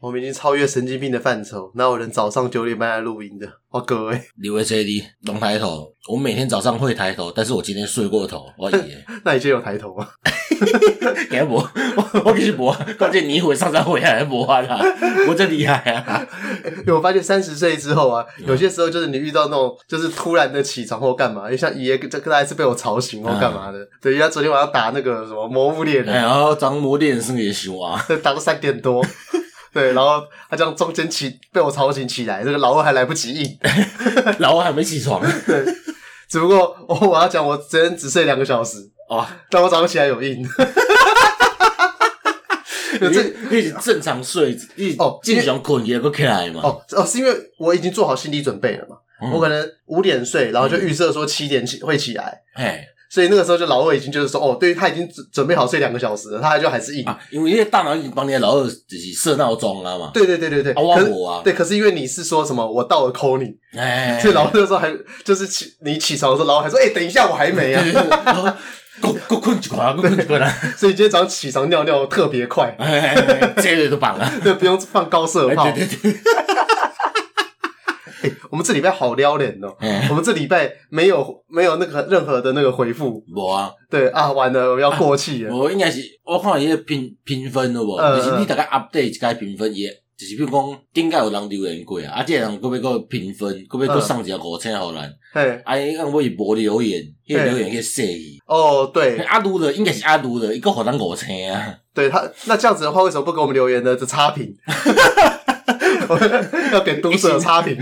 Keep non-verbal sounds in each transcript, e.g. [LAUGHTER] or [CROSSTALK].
我们已经超越神经病的范畴。哪有人早上九点半来录音的？哇，各位， [LAUGHS] 李维 JD 龙抬头，我每天早上会抬头，但是我今天睡过头，我爷，那你今天有抬头吗？啊给他磨，我我给你磨，关键你一会上山回来磨啊啦，我真厉害啊！ [LAUGHS] 因为我发现三十岁之后啊，有些时候就是你遇到那种就是突然的起床或干嘛，因为像爷这那一次被我吵醒或干嘛的，对，因为他昨天晚上打那个什么魔物猎人，然后张磨练是也行啊，打到三点多。对，然后他这样中间起被我吵醒起来，这个老二还来不及应。然后我还没起床只不过我我要讲，我昨天只睡两个小时，哦，但我早上起来有应。你你是正常睡，你哦正常困也够起来嘛？哦哦，是因为我已经做好心理准备了嘛，嗯我可能五点睡，然后就预设说七点起会起来，嘿所以那个时候就老二已经就是说，哦，对他已经准准备好睡两个小时了，他就还是硬。啊，因为那个大脑已经帮你的老二就是设闹钟了嘛，对对对对对，啊我可是我啊对，可是因为你是说什么，我到了抠你，哎，所以老二那时候还就是起你起床的时候，老二还说，哎、等一下我还没啊，然后够够困一困啊，够困一困啊，所以今天早上起床尿尿特别快，哎，这个都棒啊！ [LAUGHS] 对，不用放高射炮。哎对对对，欸我们这礼拜好撩人哦、哎我们这礼拜没有没有那个任何的那个回复，无啊，对啊，完了，我要过气了。我应该是我看伊个评评分了无，嗯就是你大概 update 一下评分也。就是比如讲，顶届有人留言过啊，啊，这个人搁要搁评分，搁要搁嗯送一个五星互咱，嘿，啊，伊讲我伊无留言，迄嘿留言去说伊，哦，对阿如了应该是阿如了，伊搁互咱五星啊，对，他那这样子的话，为什么不给我们留言呢？这差评，我们要给读者差评，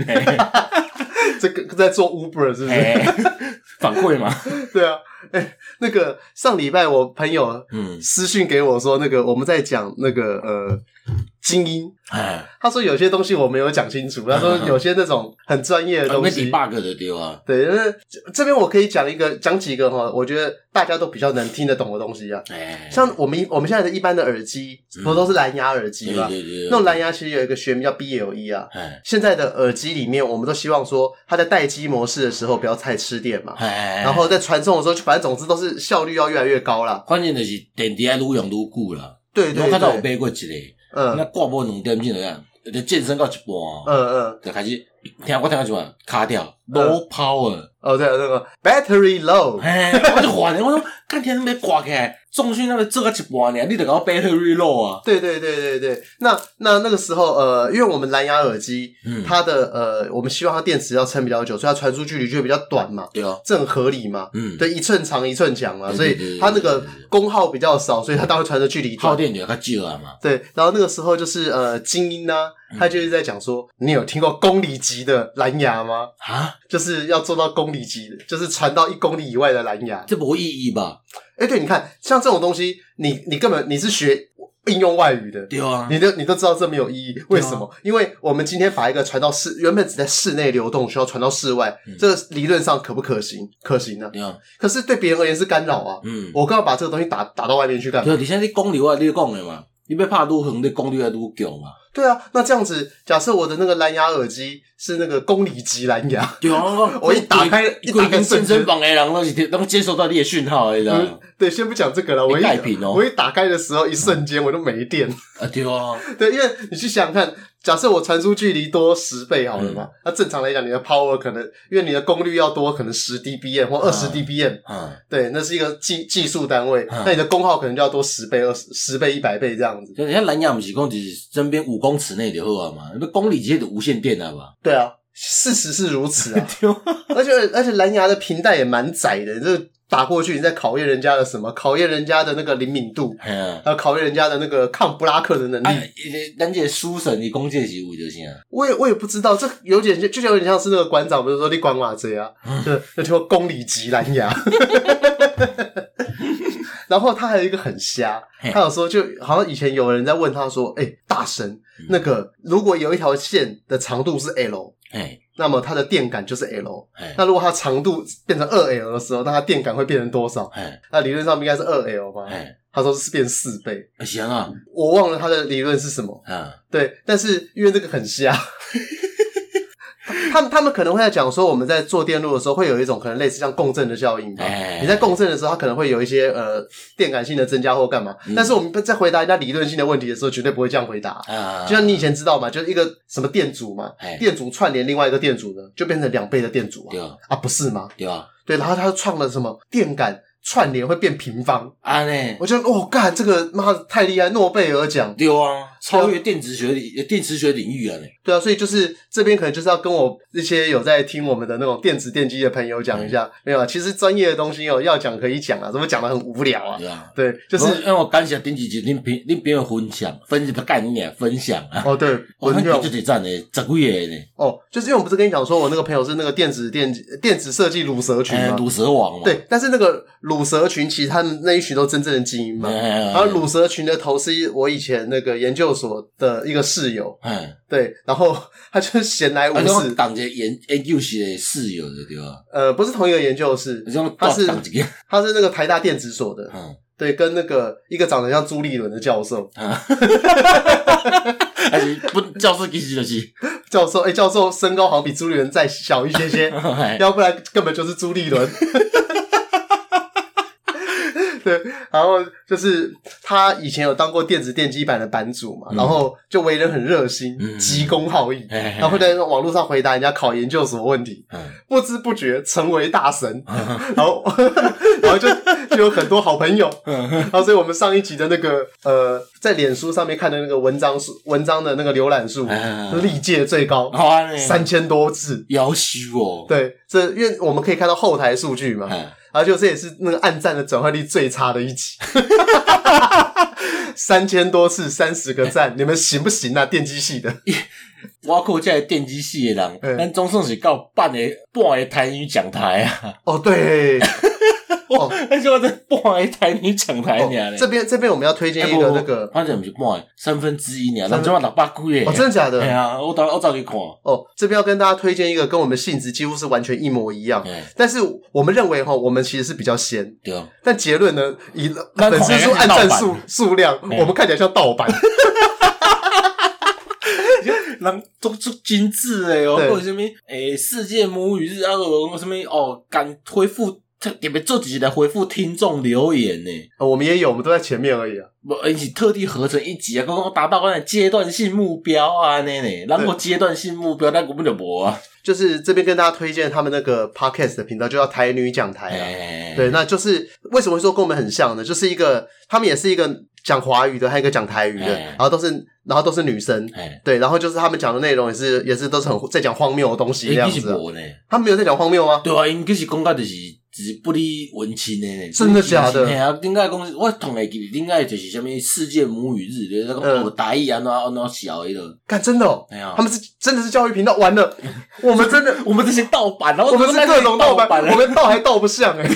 这个在做 Uber 是不是？嘿反馈嘛，对啊，哎、那个上礼拜我朋友嗯，私讯给我说，那个我们在讲那个呃精英，哎，他说有些东西我没有讲清楚，他说有些那种很专业的要东被西。 debug 就对啊，对，那这这边我可以讲一个，讲几个哈，我觉得大家都比较能听得懂的东西啊。哎，像我们一我们现在的一般的耳机，不都是蓝牙耳机对吗？对对，那种蓝牙其实有一个学名叫 BLE 啊。哎，现在的耳机里面，我们都希望说它在待机模式的时候不要太吃电嘛，哎，然后在传送的时候，反正总之都是效率要越来越高啦。关键就是电池爱愈用愈久啦，对我对较早有对，买过一个，呃那嗯挂无两点钟就样，就健身到一半。嗯嗯，呃就开始听我听到什么卡掉呃 low power，哦对，那个 battery low，哎，我就烦 [LAUGHS] 了，我说干天都没挂起来，重训那个做到一半呢，你得搞 battery low 啊，对对对对对，那那那个时候，呃，因为我们蓝牙耳机，嗯它的呃，我们希望它电池要撑比较久，所以它传输距离就会比较短嘛，对哦，正合理嘛，嗯，对，一寸长一寸强嘛，对所对以对它那个功耗比较少，所以它当然传的距离耗短。电就较少啊嘛，对，然后那个时候就是呃，精英呢、他就是在讲说，你有听过公里级的蓝牙吗？啊，就是要做到公里级的，就是传到一公里以外的蓝牙。这无意义吧？哎，对，你看，像这种东西，你你根本你是学应用外语的，对啊，你都你都知道这没有意义，为什么？因为我们今天把一个传到室，原本只在室内流动，需要传到室外，这个理论上可不可行？可行呢、对啊，可是对别人而言是干扰啊！嗯，我干嘛把这个东西打打到外面去干嘛？对，而且你讲流啊，你讲的嘛，你要拍愈远，你功率要愈强嘛，对啊，那这样子，假设我的那个蓝牙耳机是那个公里级蓝牙， [LAUGHS] 对啊，我我一打开一打规开跟瞬健间身，房的人拢是拢接收到你的讯号的啦，对，先不讲这个了，我一你盖屏哦我一打开的时候，一瞬间我都没电。 [LAUGHS] 啊对啊，对，因为你去想想看，假设我传输距离多十倍好了嗯嘛，那、正常来讲，你的 power 可能因为你的功率要多，可能十 dBm 或二十嗯 dBm，、啊，对，那是一个技技术单位，嗯那你的功耗可能就要多十倍、二十十倍、一百倍这样子。就人家蓝牙不是讲就是身边五公尺内就好啊嘛，那公里级的无线电啊吧？对啊，事实是如此啊。 [LAUGHS] 而且而且蓝牙的频带也蛮窄的，这打过去你在考验人家的什么？考验人家的那个灵敏度，嘿啊，还有考验人家的那个抗布拉克的能力。啊，呃咱这个书神你讲这是为着啥？我也我也不知道，这有点就像有点像是那个馆长不是说你管瓦贼啊，就就听过公里级蓝牙， [LAUGHS] 然后他还有一个很瞎，嘿他有说就好像以前有人在问他说，哎、大神，那个如果有一条线的长度是 L，嘿，那么它的电感就是 L，嘿，那如果它长度变成二 L 的时候，那它电感会变成多少？嘿，那理论上应该是二 L 吧？嘿，他说是变四倍，啊是啊，我哦忘了他的理论是什么。啊，对，但是因为这个很瞎，他们他们可能会在讲说，我们在做电路的时候会有一种可能类似像共振的效应吧。哎你在共振的时候，它可能会有一些呃电感性的增加或干嘛。但是我们在回答人家理论性的问题的时候，绝对不会这样回答。嗯啊，就像你以前知道嘛，就是一个什么电阻嘛哎，电阻串联另外一个电阻呢，就变成两倍的电阻啊对，啊啊不是吗？对啊，对，然后他就创了什么电感串联会变平方，安呢？我觉得哦干这个妈的太厉害，诺贝尔奖。对啊，超越电子学领电磁学领域啊呢。对啊，所以就是这边可能就是要跟我一些有在听我们的那种电子电机的朋友讲一嗯下，没有啊，其实专业的东西哦要讲可以讲啊，怎么讲的很无聊啊？对啊，对，就是因为我感谢顶几集恁朋恁朋友分享分享概念分享啊，哦对，我文们用就得赞呢，十几个呢，哦，就是因为我不是跟你讲说我那个朋友是那个电子电电子设计乳蛇群哎，吗？毒蛇王嘛，对，但是那个乳蛇群其实他们那一群都真正的精英嘛。然后哎，乳蛇群的头是我以前那个研究所的一个室友，哎，对，然后 [LAUGHS] 他就闲来无啊，种事，当个研研究室的室友的对吧？呃，不是同一个研究室，种他是当一个， [LAUGHS] 他是那个台大电子所的，嗯，对，跟那个一个长得像朱立伦的教授，还是不教授其实就是， [LAUGHS] 教授，哎、教授身高好像比朱立伦再小一些些，哎要不然根本就是朱立伦。 [LAUGHS] 对，然后就是他以前有当过电子电机版的版主嘛，然后就为人很热心，嗯急公好义，哎哎然后会在网络上回答人家考研究所问题，嗯不知不觉成为大神， [LAUGHS] 然后然后就就有很多好朋友，嗯然后，所以我们上一集的那个呃，在脸书上面看的那个文章数，文章的那个浏览数，嗯，历届最高，好啊呢，三千多次。夭寿哦，对，这因为我们可以看到后台数据嘛，哎而且这也是那个暗赞的转换率最差的一 [LAUGHS] 集，三千多次，三十个赞，你们行不行啊？电机系的，我靠，这电机系的嗯人，咱总算是到半个半个台语讲台啊， [LAUGHS] 哦对，哦而且我这半个台语讲台哦尔呢。这边这边我们要推啊哎荐一不个不那个，反正不是半个，三分之一尔，三分人怎么六百几个？哦真的假哎的？呀，我早我早去看，哦，这边要跟大家推荐一个跟我们性质几乎是完全一模一样，哎，但是我们认为哈，我们其实是比较先，对，但结论呢，以那粉丝数按赞好数像数量，嗯我们看起来像盗版。人都足精致诶哦，对或者什么诶世界母语日啊，有什么哦，敢回复特特别做几来回复听众留言呢？呃我们也有，我们都在前面而已啊。我一起特地合成一集啊，刚刚达到我的阶段性目标啊，那呢，然后阶段性目标，那我们就无啊。就是这边跟大家推荐他们那个 podcast 的频道，就叫台女讲台啊。哎对，，那就是为什么会说跟我们很像呢？就是一个他们也是一个讲华语的，还有一个讲台语的，哎然后都是然后都是女生。哎，对，然后就是他们讲的内容也是也是都是很在讲荒谬的东西这样因是子啊、无呢，他们没有在讲荒谬吗？对啊，因就是讲到就是就是不离文青的呢，真的假的哎啊，顶个讲我同会记，顶个就是什么世界母语日，就是嗯讲学台语安怎安怎小迄落，看真的哦，哎呀他，们是真的是教育频道，完 [LAUGHS] 了，我们真的。我们这些盗版啊，我们是各种盗版，我我们盗还盗不像哎、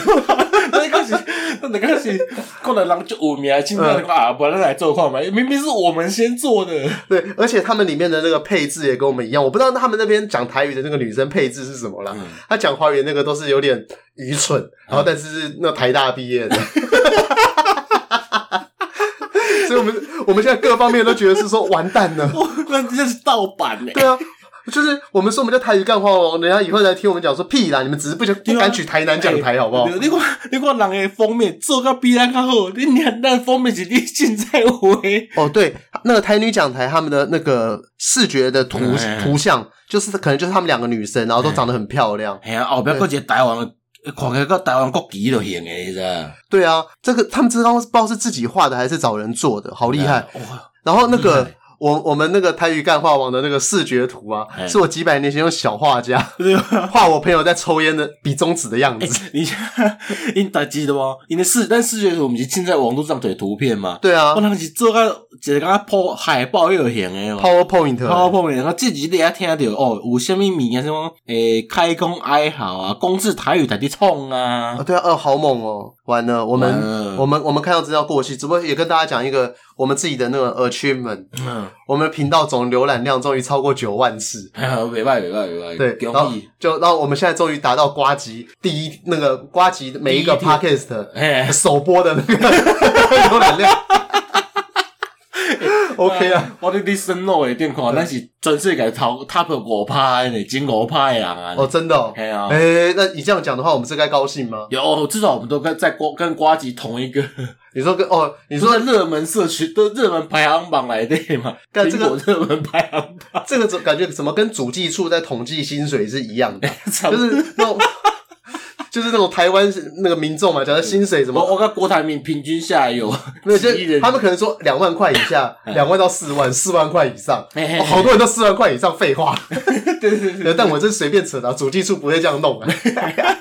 那个是 [LAUGHS] 那个是，可能人就有名，现在讲啊，不然咱来做看嘛，明明是我们先做的， [LAUGHS] [LAUGHS] 对，而且他们里面的那个配置也跟我们一样，我不知道他们那边讲台语的那个女生配置是什么啦。嗯她讲华语的那个都是有点愚蠢，然后但是是那台大毕业的。 [LAUGHS] 所以，我们我们现在各方面都觉得是说完蛋了，哇，那这是盗版呢。对啊，就是我们说我们叫台语干话王，人家以后来听我们讲说屁啦，你们只是不想不敢举台南讲台好不 [LAUGHS] 好？对你看，你看人的封面做到比咱较好，你娘咱的封面是你现在画，哦，对，那个台女讲台他们的那个视觉的图哎图像，就是可能就是他们两个女生，然后都长得很漂亮。哎呀，后壁搁一个台湾的，看起来搁台湾国旗就行诶，是啊，对啊，这个他们这张不知道是自己画的还是找人做的，好厉害。哇， [LAUGHS] 然后那啊厉个害我我们那个台语干画王的那个视觉图啊，哎是我几百年前用小画家 [LAUGHS] 对啊哎吧？画我朋友在抽烟的比中指的样子。你像因大记得无？因的视咱视觉图，毋是现在网络上对图片吗？对啊我人是做到一个敢破海报迄个型诶哦。 ，PowerPoint，泡泡面，然后自己你也听着哦，有啥物物件什么诶，开工哀嚎啊，公字台语台伫创啊啊，，对啊，呃，好猛哦！完了，我完们了我们我们看到资料过去，只不过也跟大家讲一个我们自己的那个 achievement。嗯，我们的频道总浏览量终于超过九万次，还好，啊袂歹袂歹袂歹，对，然后恭喜，就然后我们现在终于达到瓜吉第一那个瓜吉每一个 [LAUGHS] 第一 podcast 哎， [LAUGHS] 首播的那个浏览量。 OK 啊，我伫 listen no 的电看，咱是全世界头 top 五趴的呢，前五趴的人啊。哦，真的哦，嘿啊哎、那你这样讲的话，我们是该高兴吗？有，哦至少我们都跟在瓜跟瓜吉同一个，你说跟哦，你你 [LAUGHS] 说说热门社区的热门排行榜来的嘛？干苹这个果热门排行榜，这个怎感觉怎么跟主计处在统计薪水是一样 [LAUGHS] 的，差不就多是那种就是那种台湾那个民众嘛，讲的薪水怎么。我我跟郭台铭平均下来有没有，就几亿人嗯他们可能说两万块以 [LAUGHS] 下，两万到四万，四万块以上，嘿嘿哦好多人都四万块以上，废话。哎 [LAUGHS] 对对对，对但我这随便扯的啊，主计处不会这样弄啊。 [LAUGHS]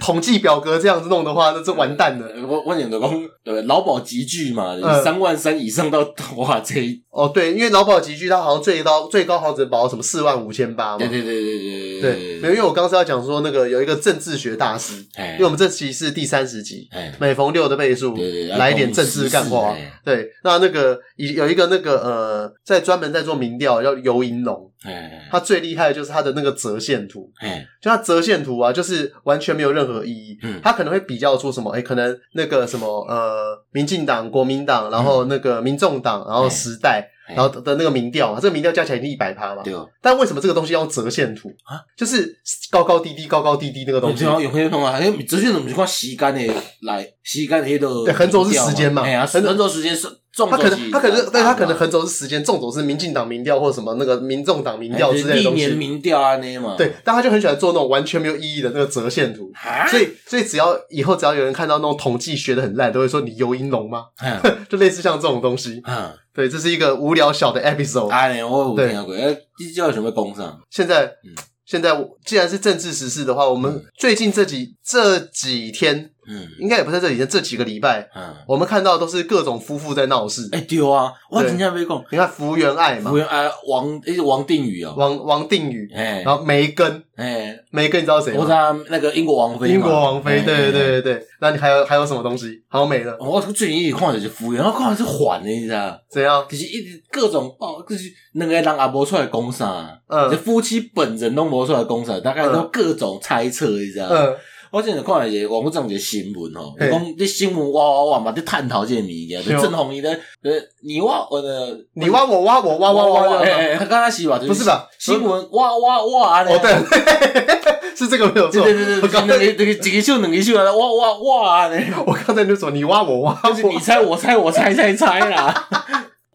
统计表格这样子弄的话，那这完蛋了。呃我我讲的讲，呃，劳保集聚嘛，嗯三万三以上到哇这一，哦，对，因为劳保集聚，它好像最高最高好像只能保到什么四万五千八嘛对。对对对对对，没有，因为我刚才要讲说那个有一个政治学大师，哎因为我们这期是第三十集，哎每逢六的倍数对对，对来一点政治干要话懂时事哎。对，那那个以有一个那个呃，在专门在做民调叫游银龙，哎他最厉害的就是他的那个折线图。哎就它折线图啊，就是完全没有任何意义。嗯它可能会比较出什么？哎、可能那个什么呃，民进党、国民党，然后那个民众党，然后嗯哎时代，哎然后的那个民调嘛，这个民调加起来已经一百趴嘛。对哦，但为什么这个东西要折线图啊？就是高高低低、高高低低那个有东西时。候有些弄啊，哎，之前怎么是看时间的来时间迄个对横轴是时间嘛哎呀，横横轴时间是纵它轴可是能，它可能，但它可能哎横轴是时间，纵轴是民进党民调或者什么那个民众党民调就之是类的哎历东年西。民调安尼嘛，对，但他就很喜欢做那种完全没有意义的那个折线图。啊，所以，所以只要以后只要有人看到那种统计学的很烂，都会说你游银龙吗？哎就类似像这种东西。嗯，对，这是一个无聊小的 episode。安尼我有对听过，哎，你叫什么工上？现在嗯，现在我既然是政治时事的话，我们嗯最近这几这几天，嗯应该也不是这几天，这几个礼拜，嗯，我们看到都是各种夫妇在闹事。哎对啊，我对真正要讲。你看福原爱嘛福，原爱王，诶是王定宇哦，王王定宇，哎然后梅根，哎，梅根你知道谁我知吗？道那个英国王妃嘛，英国王妃。哎对对。哎哎对对对。那你还有还有什么东西？好没了，我最近一直看就是福原，我看的是烦的，你知道？怎样？就是一直各种报，就是两个人也无出来讲啥，就嗯夫妻本人都无出来讲啥，大概都嗯各种猜测，你知道？嗯我之前看了一个网络上一个新闻吼，嘿就讲你新闻哇哇哇嘛，在探讨这个物件，对就哦郑红伊咧，呃，你挖我的，你挖我挖我挖挖挖哎挖。哎，他刚才是吧？就不是吧新闻哇哇哇哦，对， [LAUGHS] 是这个没有错。对对对我对，刚两才个两个一个手两个手啊，哇哇哇呢！我刚才就说你挖我挖就是你我，猜我猜我猜猜猜啦。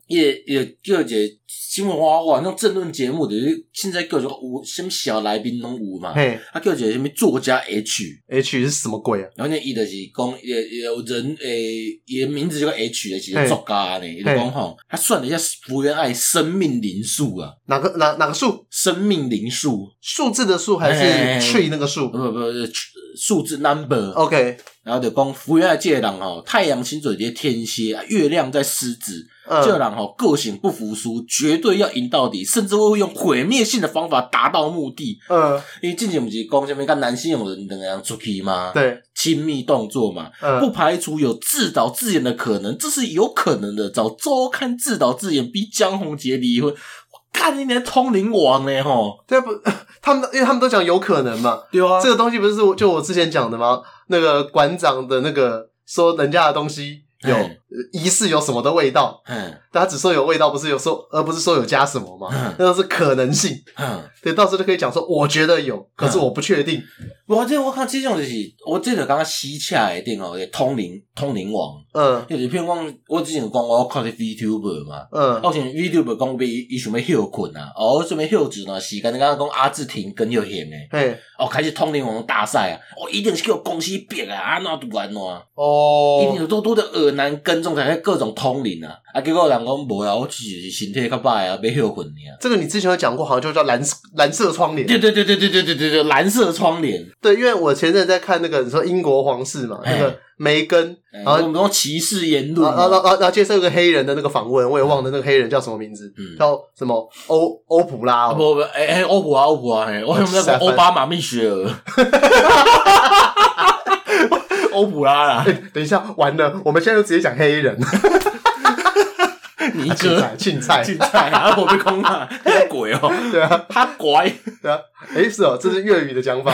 也也叫一个新闻哇哇，那种政论节目就是现在叫做有什么小来宾拢有嘛，嘿啊叫一个什么作家 H， ，H 是什么鬼啊？然后呢伊就是讲也也有人诶，伊的名字就叫 H 的，是个作家呢，伊就讲吼，他算了一下福原爱生命灵数啊，哪个哪哪个数？生命灵数，数字的数还嘿嘿嘿是 tree 那个不数呃不不，数字 number， ？OK，然后就讲福原爱这个人吼，太阳星座在天蝎，啊月亮在狮子，这个嗯，人吼个性不服输，绝对要赢到底，甚至会用毁灭性的方法达到目的。嗯，因为之前不是讲什么跟男性有人怎样出去吗？，对，亲密动作嘛，不嗯，排除有自导自演的可能，这是有可能的。找周刊自导自演逼江宏杰离婚，我干你连通灵王呢吼！对不？他们因为他们都讲有可能嘛，对啊这个东西不是我就我之前讲的吗？那个馆长的那个说人家的东西有嗯疑似有什么的味道，嗯但他只说有味道，不是有说，而不是说有加什么嘛嗯，那都是可能性。嗯。对，到时候就可以讲说，我觉得有，可是我不确定。我这我看这种就是，我这就刚刚西洽的定哦，通灵通灵王，嗯就是譬如讲，我之前有讲我看的 VTuber 嘛，嗯我前 VTuber 讲被伊想要休困啊，哦，我准备休止呢，时间你刚刚讲阿志廷跟休闲诶，嘿，哦，开始通灵王大赛啊，哦，一定是叫公司逼啊，安怎都安怎，一定哦，有多多的耳难跟踪，才会各种通灵啊，啊，结果人讲无啊，我只是身体较歹啊，要休困尔。这个你之前有讲过，好像就叫蓝蓝色窗帘。对对对对对对对对对，蓝色窗帘，对，因为我前阵在看那个你说英国皇室嘛，那哎个梅根，然后哎后我们讲歧视言然论啊后然后嘛，然后然后接受一个黑人的那个访问，我也忘了那个黑人叫什么名字，嗯叫什么欧欧普拉啊哦，不不，哎哎，欧普啊欧普啊，哎，我有那个三分奥巴马蜜雪 [LAUGHS] 儿，欧普拉啦，啊 [LAUGHS] 等一下，完了，我们现在就直接讲黑人。你 [LAUGHS] 啊哥庆菜，庆进菜，然后我被空 [LAUGHS] 了，有鬼哦，菜，对啊，他拐，对啊，诶，是哦，这是粤语的讲法。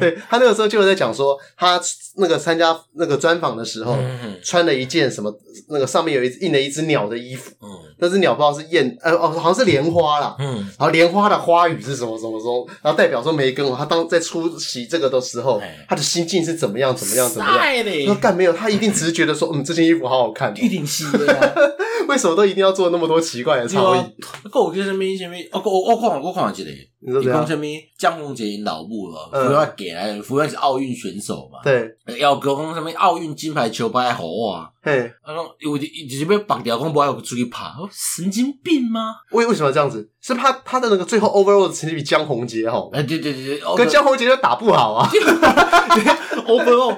对他那个时候就有在讲说，他那个参加那个专访的时候，嗯穿了一件什么那个上面有一印了一只鸟的衣服，嗯那只鸟不知道是燕，呃哦，好像是莲花啦。嗯，然后莲花的花语是什么什么什么，然后代表说梅根，哦他当在出席这个的时候哎，他的心境是怎么样怎么样怎么样。晒说嘞，干没有，他一定只是觉得说，嗯，这件衣服好好看，一定是 [LAUGHS] 的啊。为什么都一定要做那么多奇怪的对超意啊？，搁有叫什物什物？哦，我我看了我看了一个，你说伊怎讲样？什物？江宏杰因老母哦，嗯福原给来，福原是奥运选手嘛，对，要讲什物奥运金牌球拍互我啊，嘿，啊讲有一伊就是要绑掉，讲无爱出去拍，我说神经病吗？为为什么这样子？是怕他的那个最后 overall 的成绩比江宏杰好吗，啊对对对对，跟江宏杰就打不好啊。 [LAUGHS] 欧本哦。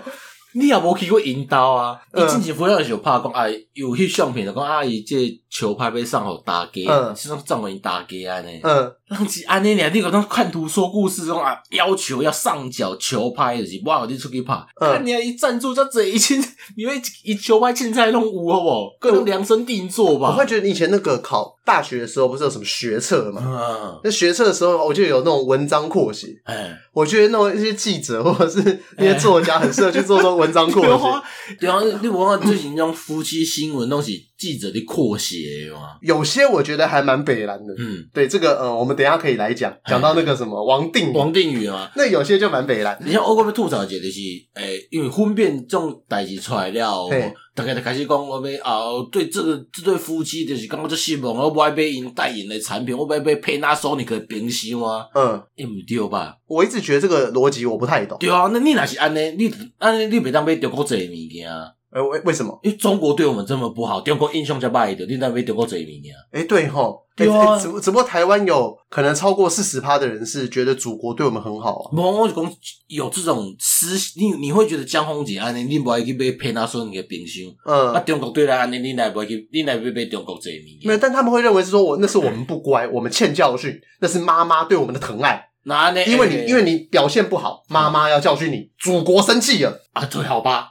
你也无去过引导啊！伊嗯之前福原是有拍讲，啊，有翕相片就讲，啊，伊这球拍被送互大家，嗯是送送互伊大家安尼。嗯，咱是安尼俩，你讲咱看图说故事中啊，要求要上脚球拍就是，我有你出去拍。嗯看你啊，伊赞助这这一千，你会一球拍凊彩拢有好不好？各种量身定做我吧会。觉得你以前那个考大学的时候，不是有什么学测嘛？嗯，那学测的时候，我就有那种文章扩写，哎，我觉得那种一些记者或者是那些作家很适合去做这种文 [LAUGHS] 章扩对写啊。，对啊，你无看最近那种夫妻新闻拢是记者的扩写的嘛？有些我觉得还蛮北蓝的。嗯，对这个，呃，我们等一下可以来讲，讲到那个什么王定宇，王定宇嘛。那有些就蛮北蓝。你像我国要吐槽一个就是，诶、因为婚变这种代志出来了嘿，大家就开始讲我要啊，对这个这对夫妻就是感觉就失望，我不爱买因代言的产品，我不爱买 Panasonic 的冰箱啊，嗯，伊毋对吧？我一直觉得这个逻辑我不太懂。对啊，那你若是安尼，你安尼你袂当买中国这物件啊，呃，为为什么？因为中国对我们这么不好，中国印象才歹的，你当买中国这物件，啊哎、对吼，诶对啊诶只不只不过台湾有可能超过四十趴的人是觉得祖国对我们很好啊。无我是讲有这种思，你你会觉得江宏杰安尼，你不爱去买 Panasonic 的冰箱，嗯，啊，中国对咱安尼，你来不爱去，你来要买中国这物件没有，。但他们会认为是说我那是我们不乖，我们欠教训，那是妈妈对我们的疼爱，那呢？因为你欸因为你表现不好，妈妈要教训你，祖国生气了。 [LAUGHS] 啊，对，好吧，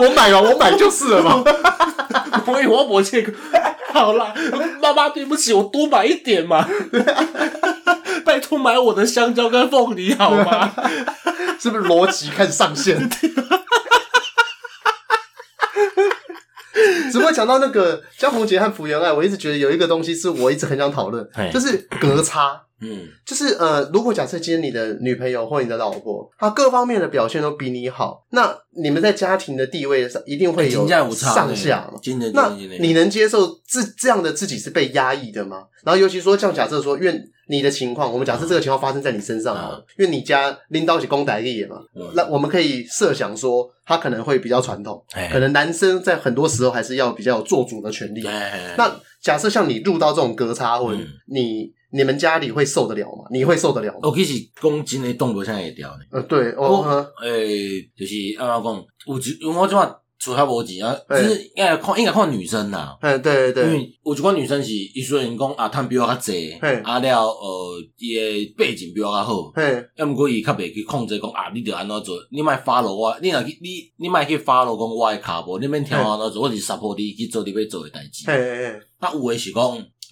我买了，我买就是了嘛。 [LAUGHS] 我以为我这个，好啦，妈妈，对不起，我多买一 [LAUGHS] 点嘛，拜托买我的香蕉跟凤梨好吗？ [LAUGHS] 是不是逻辑看上限？ [LAUGHS] 只不过讲到那个江宏杰和福原爱，我一直觉得有一个东西是我一直很想讨论嘿，就是隔差。嗯就是呃，如果假设今天你的女朋友或你的老婆，她各方面的表现都比你好，那你们在家庭的地位上一定会有金价无差呢上下嘛？真的，那真的真的你能接受这这样的自己是被压抑的吗？然后尤其说，像假设说，因为你的情况，我们假设这个情况发生在你身上好了，因为你家拎刀起公歹力嘛，嗯那我们可以设想说，他可能会比较传统，哎可能男生在很多时候还是要比较有做主的权利。哎那假设像你入到这种隔差婚，嗯哦你你们家里会受得了吗？你会受得了吗？我其实讲真的，动作现在会掉呢。呃，对，我哦，呃诶，就是安怎讲，有一因为我即款厝较无钱啊，就哎是应该看应该看女生啦。嗯，对对因对，为有一款女生是，伊虽然讲啊，趁比我较济嘿，啊了呃，伊诶背景比我较好，嘿，要毋过伊较袂去控制讲啊，你着安怎做，你莫 follow 我，你若去你你莫去 follow 讲我诶骹步，你免听我安怎做，我是 support 你去做你要做诶代志。嘿嘿啊，有诶是讲，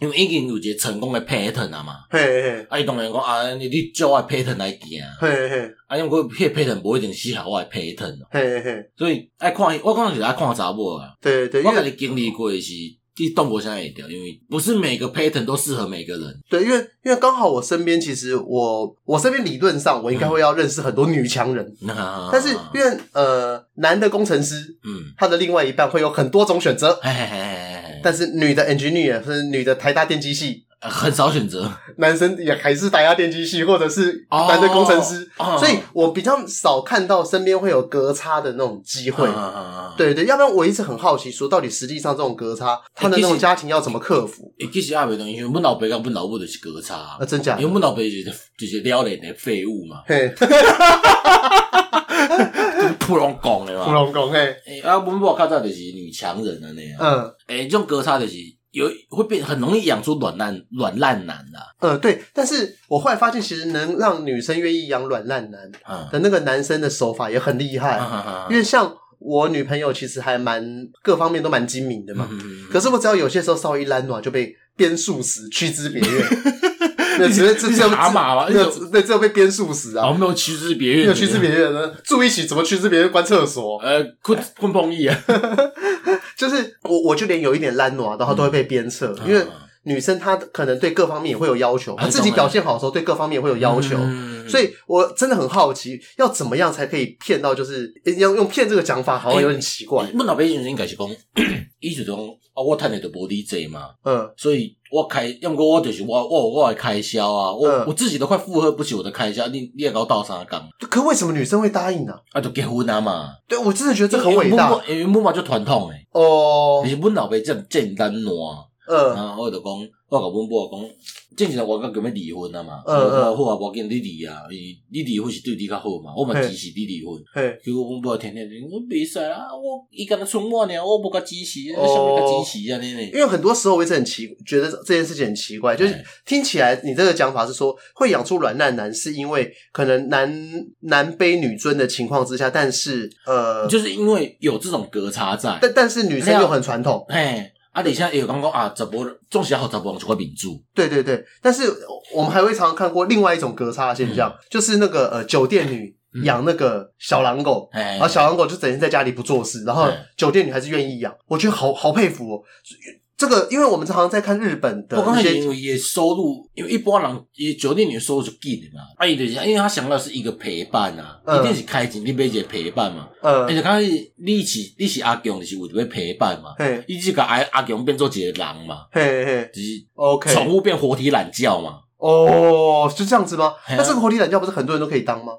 因为已经有一个成功诶 pattern 啊嘛，嘿嘿啊伊当然讲啊，你你照我诶 pattern 来行，嘿嘿啊，因为我迄 pattern 无一定适合我诶 pattern，咯啊嘿嘿嘿，所以爱看我讲是爱看查某啊，对对，因我家为己经历过的是。你动过现在会掉，因为不是每个 pattern 都适合每个人。 [LAUGHS] 对，因为因为刚好我身边其实我我身边理论上我嗯应该会要认识很多女强人，那但是因为呃男的工程师啊嗯，他的另外一半会有很多种选择，嘿嘿嘿嘿嘿，但是女的 engineer 是女的台大电机系，但很少选择。男生也还是台大电机系或者是 [LAUGHS] 男的工程师，哦，所以我比较少看到身边会有隔差的那种机会。嗯哦会，对对，要不然我一直很好奇，说到底实际上这种隔嗯差，他的那其种实家庭要怎么克服？欸其实也袂同，因为阮老爸甲阮老母就是隔差 [LAUGHS] 啊，，真假，因为？阮老爸就是就是了然的废物嘛 [LAUGHS] 嘿，嗯就是普通讲的芙嘛。蓉宫嘿，欸啊，阮某较早就是女强人安尼啊，嗯诶，这种隔差就是有会变很容易养出软烂软烂男啊啦。嗯，对。但是我后来发现，其实能让女生愿意养软烂男嗯的那个男生的手法也很厉害，嗯，因为像。我女朋友其实还蛮各方面都蛮精明的嘛，嗯可是我只要有些时候稍微一懒暖，就被鞭数死，驱之别 [LAUGHS] 院。那只是只你只有是蛤蟆吧哎那那只有被鞭数死然后啊！哦没有趋之别院，没有驱之别院呢？住一起怎么驱之别院？关厕所，呃困困碰意啊，就是我我就连有一点懒暖，然后都会被鞭策，因为女生她可能对各方面也会有要求，哎她自己懂哎表现好的时候对各方面也会有 [LAUGHS] 要求。嗯所以，我真的很好奇，要怎么样才可以骗到？就是要用“骗”这个讲法，好像有点奇怪。阮老爸以前应该是讲， [COUGHS] 伊就讲啊，我趁的就无你济嘛，嗯所以我开，要么我就是我我有我的开销啊，我、嗯我自己都快负荷不起我的开销，你你也搞倒啥讲，可为什么女生会答应呢、啊就结婚啊嘛，对我真的觉得这很伟大因为原本嘛就传统诶，哦但。是阮老爸真简单烂。嗯然后我就讲，我甲阮某讲，正常我讲要离婚啊嘛，嗯我嗯讲好啊，无要紧，你离啊，伊你离婚是对你较好嘛，我嘛嘿支持你离婚。嘿，结果阮某天天讲，我袂使啊，我伊敢若剩我尔，我无甲支持，哦想要甲支持安啊尼因呢？为很多时候我一直很奇，觉得这件事情很奇怪，就是哎听起来你这个讲法是说，会养出软烂男，是因为可能男男卑女尊的情况之下，但是呃，就是因为有这种隔差在，但但是女生又很传统，嘿，啊，而且会有讲讲啊，十无总是好十无就块民主，对对对。但是我们还会常常看过另外一种隔差的现象，就是那个呃酒店女嗯养那个小狼狗，哎然，后啊小狼狗就整天在家里不做事，然后嗯酒店女还是愿意养，我觉得好好佩服哦。这个，因为我们常常在看日本的我刚一才些因为也收入，因为一般人也酒店里的收入就紧的嘛，啊，伊就是因为他想到是一个陪伴啊，嗯一定是开钱，你买一个陪伴嘛。呃而，且刚始你是你是阿强，就是为了要陪伴嘛，嘿伊就甲阿阿强变做一个人嘛，嘿嘿就是，OK，宠物变活体懒觉嘛。哦，是这样子吗？嘿啊那这个活体懒觉不是很多人都可以当吗？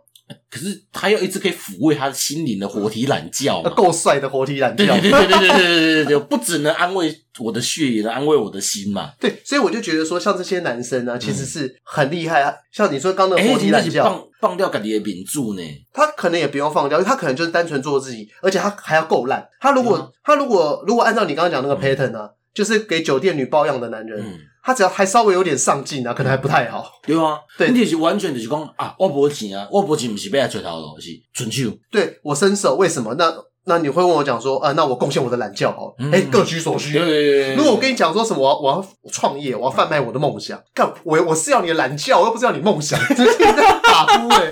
可是他要一直可以抚慰他心灵的活体懒觉那嘛。够帅的活体懒觉对，对对对对对对对对对，不只能安慰我的血，也能安慰我的心嘛。对，所以我就觉得说，像这些男生呢，其实是很厉害啊。像你说刚刚的哎，活体嗯你那懒是觉，放放掉家己的名著呢？他可能也不用放掉，因为他可能就是单纯做自己，而且他还要够烂。他如嗯果他如果如果按照你刚刚讲那个 pattern 啊，就是给酒店女包养的男人，嗯，他只要还稍微有点上进啊，可能还不太好。对啊，对你就是完全就是讲啊，我无钱啊，我无钱，不是要来找头路，是伸手。对我伸手，为什么？那那你会问我讲说，啊，那我贡献我的懒觉好了，嗯哎，各取所需。对如果我跟你讲说什么，我要我要创业，我要贩卖我的梦想，干我我是要你的懒觉，我又不是要你梦想， [LAUGHS] 这是在打呼哎、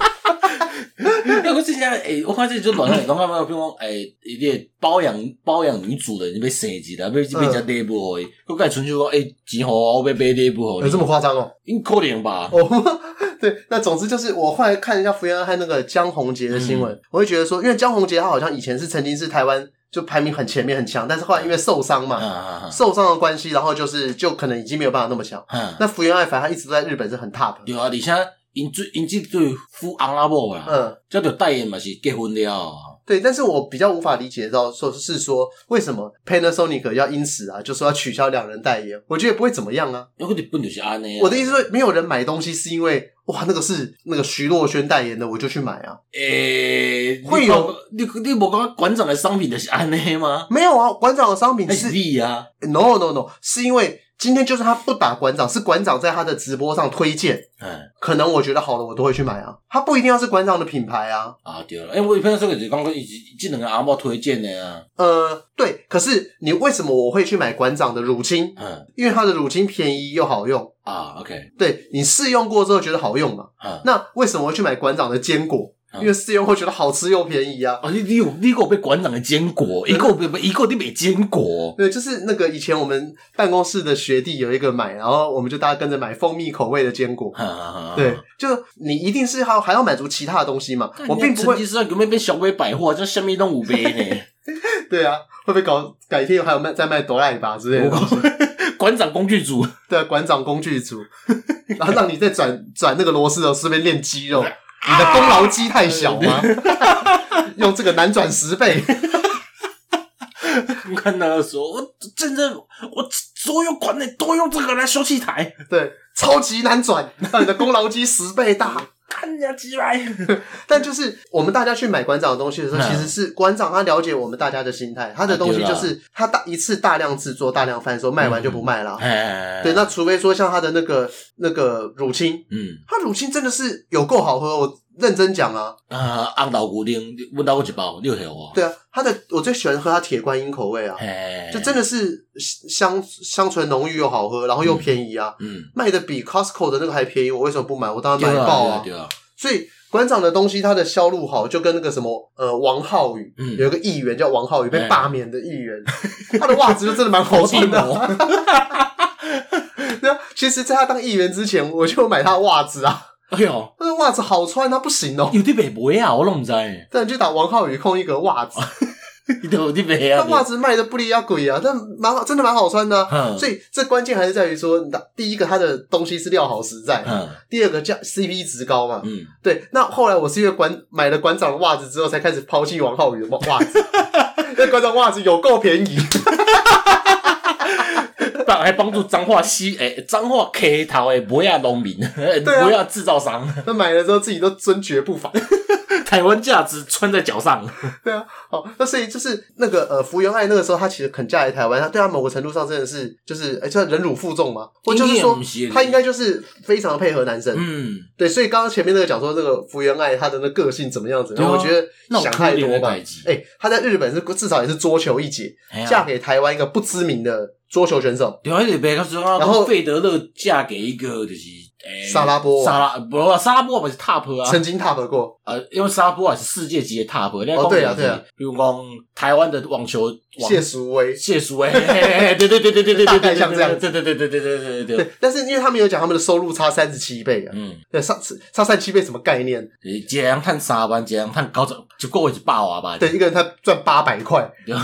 那个之前，诶、我看这就乱来，讲看嘛，比如讲，诶、你的包养包养女主人，你要生一个，要要只礼物的，我甲伊纯粹讲，诶、钱好，我要买礼物互有你这，么夸张哦？ [LAUGHS] 因可能吧？哦，对，那总之就是我后来看一下福原爱那个江宏杰的新闻，我会觉得说，因为江宏杰他好像以前是曾经是台湾就排名很前面很强，但是后来因为受伤啊嘛，啊受伤的关系，然后就是就可能已经没有办法那么强。啊啊！那福原爱反正他一直都在日本是很 top 的，对啊，而且因最因即对富翁阿某啦，嗯。这着代言嘛是结婚了啊，对，但是我比较无法理解到，说是说为什么 Panasonic 要因此啊，就说要取消两人代言，我觉得也不会怎么样啊。那个日本就是安尼啊。我的意思是，没有人买东西是因为哇，那个是那个徐若瑄代言的，我就去买啊。诶、你会有欸你你无讲馆长的商品就是安尼吗？没有啊，馆长的商品那是是你啊， no no no，是因为今天就是他不打馆长，是馆长在他的直播上推荐，嗯。可能我觉得好的我都会去买啊。他不一定要是馆长的品牌啊。啊对了，因为我有朋友说就是讲讲，伊即两个阿嬷推荐的啊，呃，对，可是你为什么我会去买馆长的乳清？嗯因为它的乳清便宜又好用。啊，OK，对你试用过之后觉得好用嘛？嗯，那为什么会去买馆长的坚果？嗯因为试用后觉得好吃又便宜啊。啊，你你有你有被馆长的坚果，一个被一个你没坚果，对，就是那个以前我们办公室的学弟有一个买，然后我们就大家跟着买蜂蜜口味的坚果。哈哈哈对，，就你一定是还还要满足其他的东西嘛。我并不成会，吉思啊汗有没有变小尾百货，啊这下面弄五 [LAUGHS] 杯呢？对啊，会不会搞改天还有卖在卖哆啦 A 吧之类的哦东西？ [LAUGHS] 馆长工具组，对啊，馆长工具组，然后让你再转转那个螺丝哦，顺便练肌肉。你的功劳肌太小吗？ [LAUGHS] 用这个难转十倍。我看到说，我真正我所有馆内都用这个来休息台，对，超级难转，让你的功劳机十倍大。看人家 [LAUGHS] 鸡来，但就是我们大家去买馆长的东西的时候，嗯啊其实是馆长他了解我们大家的心态，他的东西就是他大一次大量制作、大量贩售，卖完就不卖啦。哎对，那除非说像他的那个那个乳清，嗯，他乳清真的是有够好喝，我认真讲啊，啊，红豆牛奶，你阮兜有一包，你有摕我？对啊，它的我最喜欢喝它铁观音口味啊，嘿，就真的是香香醇浓郁又好喝，然后又便宜啊，嗯，卖的比 Costco 的那个还便宜，我为什么不买？我当然对买啊爆啊！对啊，对啊所以馆长的东西它的销路好，就跟那个什么呃王浩宇、嗯有一个议员叫王浩宇被哎罢免的议员， [LAUGHS] 他的袜子就真的蛮好穿 [LAUGHS] 的啊、哦 [LAUGHS] 对啊，其实，在他当议员之前，我就买他的袜子啊，哎哟，他的袜子好穿，他不行哦、有滴白梅啊，我拢毋知 [LAUGHS] 呢，但你去打王浩宇空一格袜 [LAUGHS] 子，伊都有滴白他啊。袜子卖的不离啊鬼啊，但蛮好，真的蛮好穿的 [LAUGHS] 啊、嗯所以这关键还是在于说，第一个它的东西是料好实在，嗯第二个价 CP 值高嘛。嗯，对，那后来我是因为馆买了馆长的袜子之后，才开始抛弃王浩宇的袜袜子。那馆长袜子有够便宜，帮还帮助彰化西诶，彰化溪头诶梅啊农民， [LAUGHS] 对啊梅啊制造商， [LAUGHS] 那买了之后自己都尊爵不凡。台湾价值穿在脚上。对啊，好，那所以就是那个呃，福原爱那个时候，她其实肯嫁来台湾，她对她某个程度上真的是就是，哎、叫忍辱负重嘛，或就是应该也说不是，她应该就是非常配合男生。嗯，对，所以刚刚前面那个讲说这个福原爱她的那个性怎么样子，对啊我觉得那想太多吧。哎、哎，她在日本是至少也是桌球一姐，嘿啊嫁给台湾一个不知名的桌球选手，对啊，你别个说啊，然然后后费德勒嫁给一个就是诶，萨拉波萨拉不啊萨拉波不是 top 啊，曾经 top 过。呃，因为萨拉波也是世界级的 top，你哦对啊对啊，比如讲台湾的网球网谢淑薇，谢淑薇，嘿嘿嘿对对对对对对对大对，概像这样对对对对对对对对对，对，但是因为他们有讲他们的收入差三十七倍啊，嗯，对，差差三十七倍什么概念？一个人赚三万，一个人赚九十，一个月一百万啊吧，对，一个人他赚八百块，对，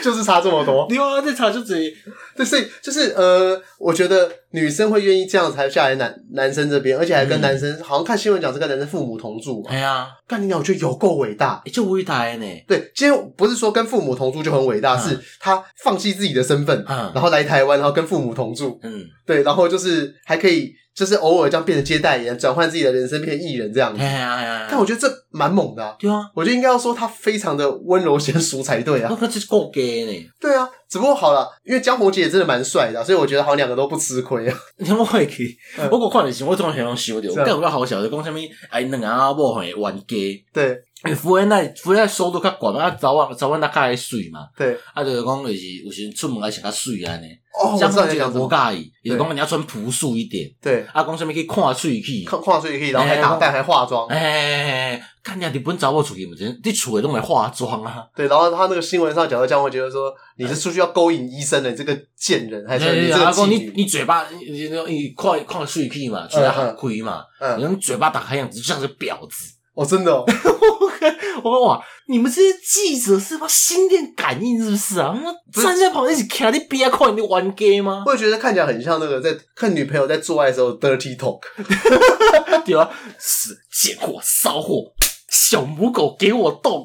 就是差这么多。对啊，这差就只对，所以就是呃，我觉得女生会愿意这样才下来男男生这边，而且还跟嗯男生、好像看新闻讲是跟男生父母同住嘛哎。呀，干你娘，我觉得有够伟大。就伟大的呢，对，今天不是说跟父母同住就很伟大，嗯是他放弃自己的身份，嗯然后来台湾，然后跟父母同住，嗯，对，然后就是还可以就是偶尔这样变成接待员，转换自己的人生变成艺人这样子哎。呀哎呀，但我觉得这蛮猛的、啊，对啊，我觉得应该要说他非常的温柔贤淑才对我啊。看这是够给呢。对啊，只不过好了，因为江宏杰也真的蛮帅的啊、所以我觉得好像两个都不吃亏啊。你我会去嗯，我我看的时候，我总想想着，是啊我感觉好笑，就讲什么哎，两个阿某会冤家。对因为福原奈福原奈收入较悬啊，早晚早晚那较爱水嘛，对，啊就是讲就是有时出门爱穿较水安尼，哦，我知像道我你在这个讲什无么。介意，伊就对讲你要穿朴素一点，对，啊讲什么去看水去，看跨岁可以，然后还打扮，还化妆。哎哎，哎看人家日本查某出去嘛，真你厝诶拢会化妆啊，对，然后他那个新闻上讲到江宏杰就说：“你是出去要勾引医生的，你这个贱人，还哎是你这啊个妓讲你女你嘴巴，你你你看看水去嘛，嘴巴很开嘛，？”嗯，你用嘴巴打开样子就像是婊子。哦，真的哦， [LAUGHS] 我说哇，啊你们这些记者是吧？心电感应是不是啊？那不是站在旁边一起看你边看你玩 gay 吗？我也觉得看起来很像那个在看女朋友在做爱的时候 dirty talk。对啊，是贱货、骚货、小母狗给我动！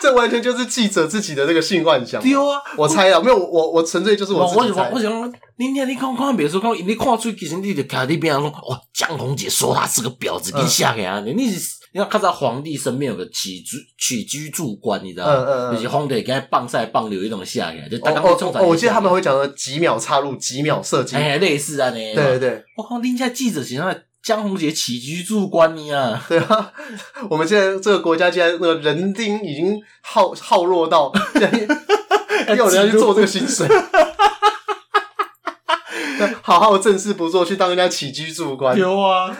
这完全就是记者自己的那个性幻想。对啊，我猜啊，没有我我我纯粹就是我我自我己猜想我。想，你你你看看别说看，你看出其实你就看你边上说，哇，江宏杰说他是个婊子，嗯你下给他你你是你要看到皇帝身边有个起居起居住官，你知道嗯吗？嗯就嗯是。皇帝给他棒晒棒流一种下给他，就大家哦会哦冲哦！我记得他们会讲的几秒插入，几秒射精。哎类似啊，你对对对我靠，恁家记者写那江宏杰起居住关你 [LAUGHS] 啊！对啊！我们现在这个国家，竟然那个人丁已经耗耗弱到，竟然有人要去做这个薪水。对好好正事不做，去当人家起居住官。 [LAUGHS] 有啊，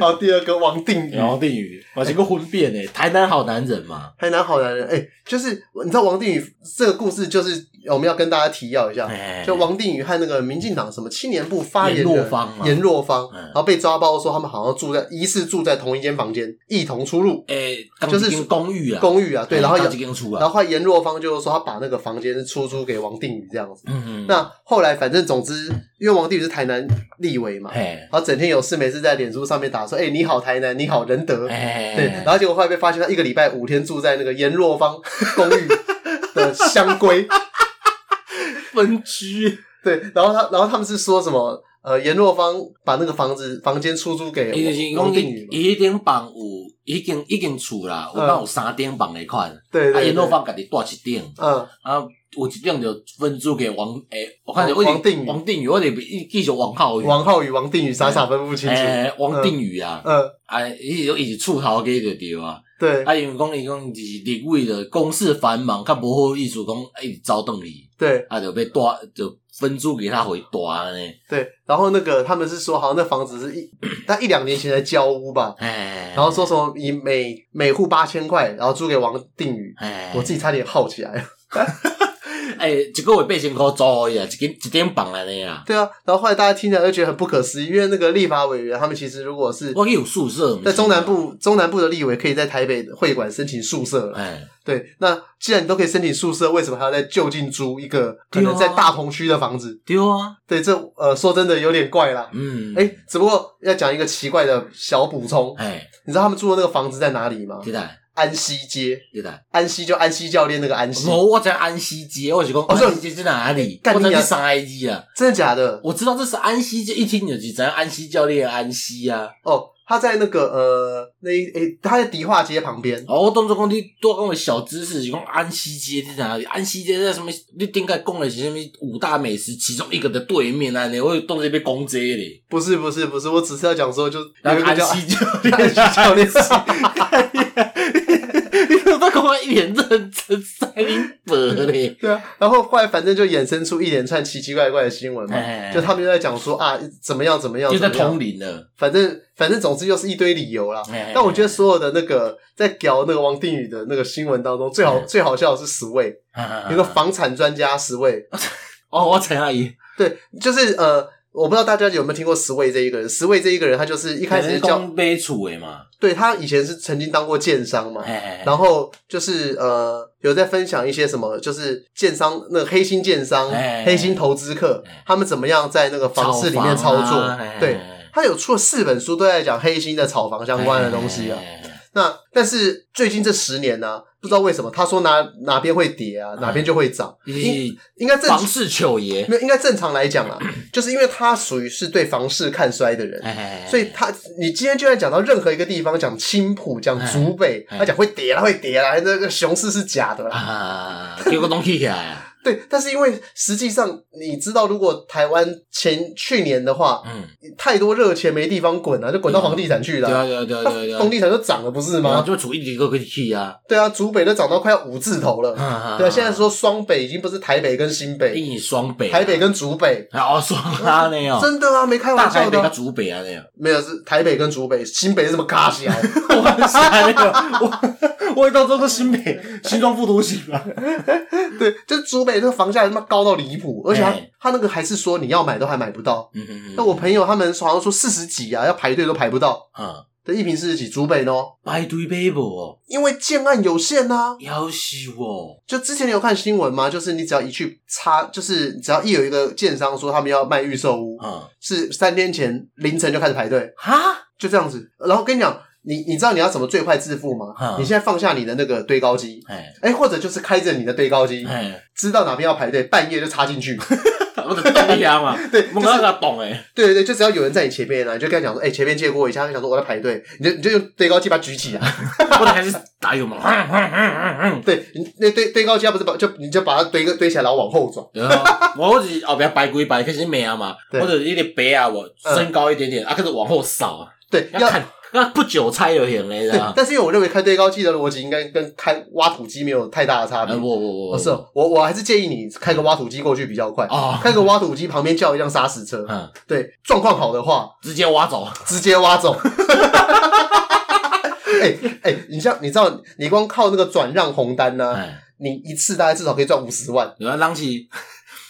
好，第二个王定宇，王定宇，我是个婚变欸诶，台南好男人嘛。台南好男人。哎、就是你知道王定宇这个故事，就是我们要跟大家提要一下。哎就王定宇和那个民进党什么青年部发言严人若芳嘛严若芳，嗯然后被抓包说他们好像住在疑似住在同一间房间，一同出入诶，就是就是公寓啊，公寓啊，对，哎然后钢严筋出然后啊，后来严若芳就说他把那个房间出租给王定宇这样子。嗯嗯，那后来反正总之，因为王定宇是台南立委嘛，哎然后整天有事没事在脸书上面打说，哎、你好台南，你好仁德，哎，呃对，然后结果后来被发现他一个礼拜五天住在那个严若芳公寓的香闺。分居，对，然后他，然后他们是说什么？呃，阎若芳把那个房子房间出租给伊哎就是哎王讲定宇伊嘛，伊迄间房有已经已经厝啦，有嗯当有三间房诶款，对啊，对，因对若放家己带一顶，嗯，啊，有一顶就分租给王诶，我看着我王定宇王定宇，我得继续王浩宇，王浩宇、王定宇傻嗯傻分不清楚，诶，王定宇啊，嗯，啊，伊就伊是厝头家就对啊，对啊，因为讲伊讲是立委的公事繁忙，较无好意思讲一直走动伊，对啊，就被带就分租给他回大呢，对，然后那个他们是说，好像那房子是一，他一两年前才交屋吧，哎，然后说什么以每每户八千块，然后租给王定宇，哎，我自己差点耗起来。 [LAUGHS] 诶、一个月八千箍租伊啊，一间一间房安尼啊。对啊，然后后来大家听起来就觉得很不可思议，因为那个立法委员他们其实如果是我去有宿舍，在中南。部，中南部的立委可以在台北会馆申请宿舍了。哎，对，那既然你都可以申请宿舍，为什么还要在就近租一个可能啊在大同区的房子？对啊，对，这呃说真的有点怪啦。嗯，哎，只不过要讲一个奇怪的小补充，哎，你知道他们住的那个房子在哪里吗？对代安西街，对代，安西就安西教练那个安西，无我知道安息街，我是讲哦是安息街在哪里？干我知你道啊这三个字啊，真的假的？我知道这是安息街，一听就是知道安息教练的安息啊。哦，他在那个呃那一诶，他在迪化街旁边。哦，我当作讲你多讲个小知识，是讲安息街在哪里？安息街在什么？你顶个讲的是什么五大美食其中一个的对面啊？你我当作被攻这个咧，不是不是不是，我只是要讲说，就然有一个后安叫息教安练西教练， [LAUGHS] 你怎么跟我一脸认真三百嘞？对啊。然后后来反正就衍生出一连串奇奇怪怪的新闻嘛，哎就他们就在讲说啊，怎么样怎么样，就在怎么样通灵了。反正反正总之又是一堆理由啦。哎但我觉得所有的那个在屌那个王定宇的那个新闻当中，最好嗯最好笑的是十位，得有个房产专家十位，哦，我陈阿姨对，就是呃，我不知道大家有没有听过十位这一个人。十位这一个人，他就是一一开始是叫，讲买厝的嘛，对他以前是曾经当过建商嘛，然然后就是呃，有在分享一些什么，就是建商那个黑心建商、哎黑心投资客哎，啊他们怎么样在那个房市里面操作。对他有出了四本书，都在讲黑心的炒房相关的东西哎啊。。那但是最近这十年呢、不知道为什么，他说哪哪边会跌啊，哪边就会涨，应你应该正哎房市糗爷，没有应该正常来讲啊，就是因为他属于是对房市看衰的人，哎所以他，你今天就算讲到任何一个地方，讲青浦，讲竹北，哎他讲会跌啦，会跌啦，那个熊市是假的啦。啊，结果东起起来啊，对，但是因为实际上你知道，如果台湾前去年的话， [LAUGHS] 嗯，太多热钱没地方滚啊了、就滚到房地产去对了、啊对啊对啊对那啊，房地产就涨了，不是然后吗？就厝一直个个去啊，对啊，竹北都涨到快要五字头了。对对啊，现在说双北已经不是台北跟新北，一起哎双北，台北跟竹北，哦双 [LAUGHS] 啊那样，真的啊，没开大玩台笑北的跟啊。竹北啊那 [LAUGHS] 样。没有，是台北跟竹北，新北是这么嘎起来。我傻那个，我我 [LAUGHS] 到时候新北 [LAUGHS] 新庄复读型啊，对，就是竹北这个房价他妈高到离谱，而且他、哎他那个还是说你要买都还买不到。嗯嗯那、我朋友他们好像说四十几啊，要排队都排不到。啊，对，一瓶四十几，竹北呢？排队买无，因为建案有限呐、啊。夭寿哦，就之前有看新闻嘛，就是你只要一去插，就是只要一有一个建商说他们要卖预售屋，啊是三天前凌晨就开始排队，哈，就这样子。然后跟你讲，你你知道你要怎么最快致富吗？嗯你现在放下你的那个堆高机，哎哎、或者就是开着你的堆高机，哎， [LAUGHS] 知道哪边要排队，半夜就插进去。我就动你啊 [LAUGHS] 嘛，对，我那个懂诶，对对对，就只要有人在你前面呢，你就跟他讲说，哎、前面借过一下，他想说我在排队，你就你就用堆高机把它举起来， [LAUGHS] 我就开始打油嘛，对，你那堆堆高机它不是把就你就把它堆个堆起来，然后往后转，我是哦后边排规排开始骂啊嘛，我就是一个白啊，我身高一点点，啊，开始往后扫，对，要要看那不韭菜就行了，对 [LAUGHS] 啊，，但是因为我认为开堆高机的逻辑应该跟开挖土机没有太大的差别哎，，我我不我是哦，我我还是建议你开个挖土机过去比较快，哦，开个挖土机旁边叫一辆砂石车，嗯，对，状况好的话直接挖走，直接挖走。 [LAUGHS] 哎哎、你像你知道，你光靠那个转让红单呢、哎。你一次大概至少可以赚五十万。对啊，人是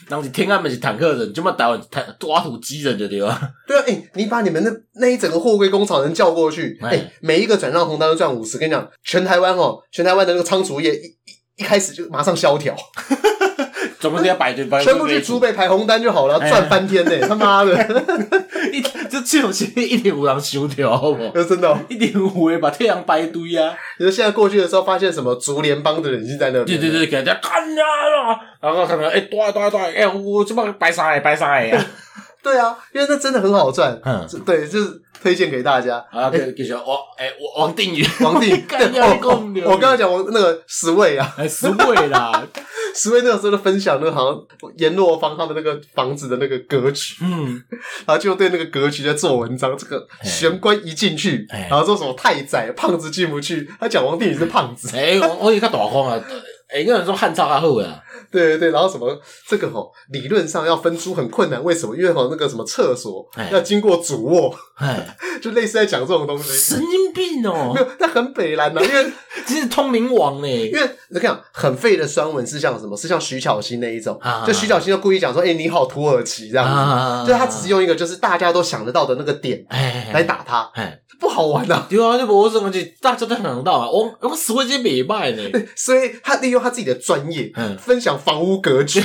人是天安门是坦克人，就嘛台湾是坦挖土机人就对啊。对啊，哎、你把你们那那一整个货柜工厂人叫过去，哎、哎每一个转让红单都赚五十。跟你讲，全台湾哦，全台湾的那个仓储业一一一开始就马上萧条， [LAUGHS] 全部都要摆对摆全部去竹，北排红单就好了，哎赚翻天呢、他妈的， [LAUGHS] 一这这种事一定有人收掉 [LAUGHS] 好无？真的哦、一定有诶，把太阳摆堆啊！你说现在过去的时候，发现什么竹联邦的人已经在那边，对对，对，给人哎 [LAUGHS] 家看啊！然后看到诶，大大大，诶，我这么摆啥诶，摆啥诶啊！对啊，因为那真的很好赚。嗯这对，就是推荐给大家。啊，给给小王，哎，王王定宇， [LAUGHS] 王定 [LAUGHS] 干对，掉一哦公牛哦我刚刚讲王那个十位啊，哎，十位啦，十位那个时候就分享那个好像阎罗方他们那个房子的那个格局，嗯，然后就对那个格局在做文章。这个玄关一进去，哎然后说什么太窄，胖子进不去。他讲王定宇是胖子，[LAUGHS] [LAUGHS] 哎，我我也较大方啊，哎，有人说汉朝较好啊，对对对，然后什么这个吼，理论上要分出很困难，为什么？因为吼那个什么厕所哎要经过主卧， [LAUGHS] 哎，就类似在讲这种东西。 [LAUGHS] 神经病哦没，有，那很北蓝的、因为 [LAUGHS] 这是通灵王呢，因为我跟你讲，很废的酸文是像什么？是像徐巧芯那一种，啊就徐巧芯就故意讲说：“哎、你好土耳其”这样子，啊，就他只是用一个就是大家都想得到的那个点哎来，打他，哎，不好玩啊。对啊，就无什么就大家都想到啊，我我十位这袂歹呢，所以他利用他自己的专业，嗯分享房屋格 [LAUGHS] 局。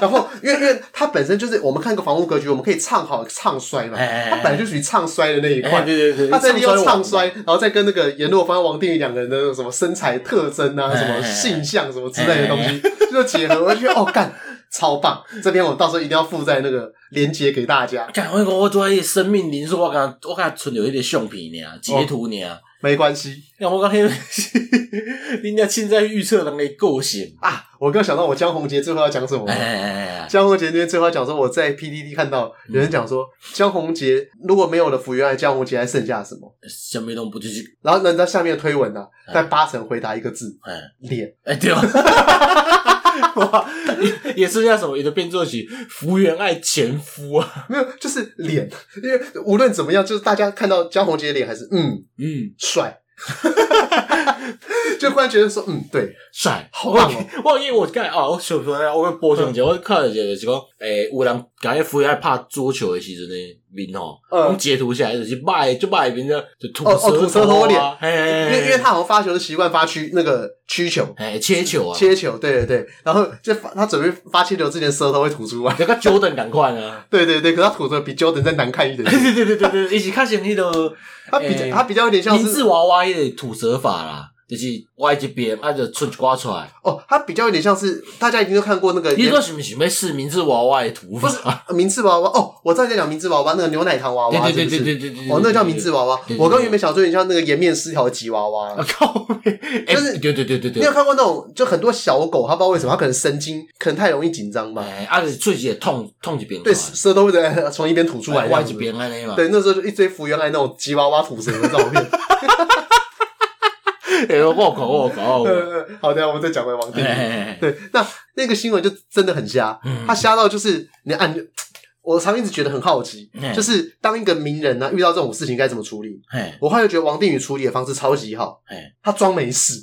然后，因为因为他本身就是我们看一个房屋格局，我们可以唱好唱衰嘛，哎哎哎他本来就属于唱衰的那一哎，块。对对对，他在利用唱唱衰，然后再跟那个阎若芳、王定宇两个人的什么身材特征啊、哎什哎么哎性向什么之类的东西，就结合。我就觉得哦，干超棒！这边我到时候一定要附在那个链接给大家，干，我讲我做迄生命灵数，我敢我敢存着迄个相片尔，截图尔。没关系那、我讲迄、个，人家凊彩预测人的个性。啊。我刚想到我江宏杰最后要讲什么了哎，哎哎哎，江宏杰那边最后要讲说，我在 PDD 看到有人讲说，江宏杰如果没有了福原爱，江宏杰还剩下什么？什么拢不就是然后人家下面的推文呢、啊，嗯在八成回答一个字哎“脸哎对哦。哇，也是像什么，有的变作起福原爱前夫啊，”，没有，就是脸，因为无论怎么样，就是大家看到江宏杰的脸还是嗯嗯，帅， [LAUGHS] 就忽然觉得说嗯对，帅，好棒哦，我因为我刚才啊，我想说，我跟波上节，我看了一个就是讲，诶、有人甲迄福原爱拍桌球的时阵呢，面吼，嗯我们截图下来就是卖就卖面的，就吐哦哦舌吐舌头头啊，嘿嘿因嘿为因为他好像发球的习惯发曲那个曲球。哎，切球啊，切球，对对对，然后就发他准备发切球之前，舌头会吐出来，那个 Jordan 赶快啊！对对对，可是他吐的比 Jordan 再难看一点点，对对对对对，一起看成迄个他比较、欸他比较有点像林是志娃娃迄个吐舌法啦，就是歪一边，啊就出一刮出来。哦，他比较有点像是大家一定都看过那个你也说是不是要试明志娃娃的吐法？呃明治娃娃哦，我知道你在讲明治娃娃那个牛奶糖娃娃，对对是对不是对对对对，哦，那个叫明治娃。娃娃对对。对我刚原本想说你像那个颜面失调的吉娃啊娃。靠！哎就是对对对对你有对，看过那种，就很多小狗，它不知道为什么，它可能神经，可能太容易紧张吧，哎，啊就是出一个痛痛一边出对，来，舌头会在从一边吐出来，啊哎歪一。边安尼嘛。对，那时候就一堆福原爱那种吉娃娃吐舌的照 [LAUGHS] 片。哎，我靠我靠！我呃好的，我们再讲回王定哎宇。哎，哎对，那那个新闻就真的很瞎，嗯他瞎到就是你按，我常一直觉得很好奇，嗯就是当一个名人呢、遇到这种事情该怎么处理？哎我后来就觉得王定宇处理的方式超级好，哎他装没事。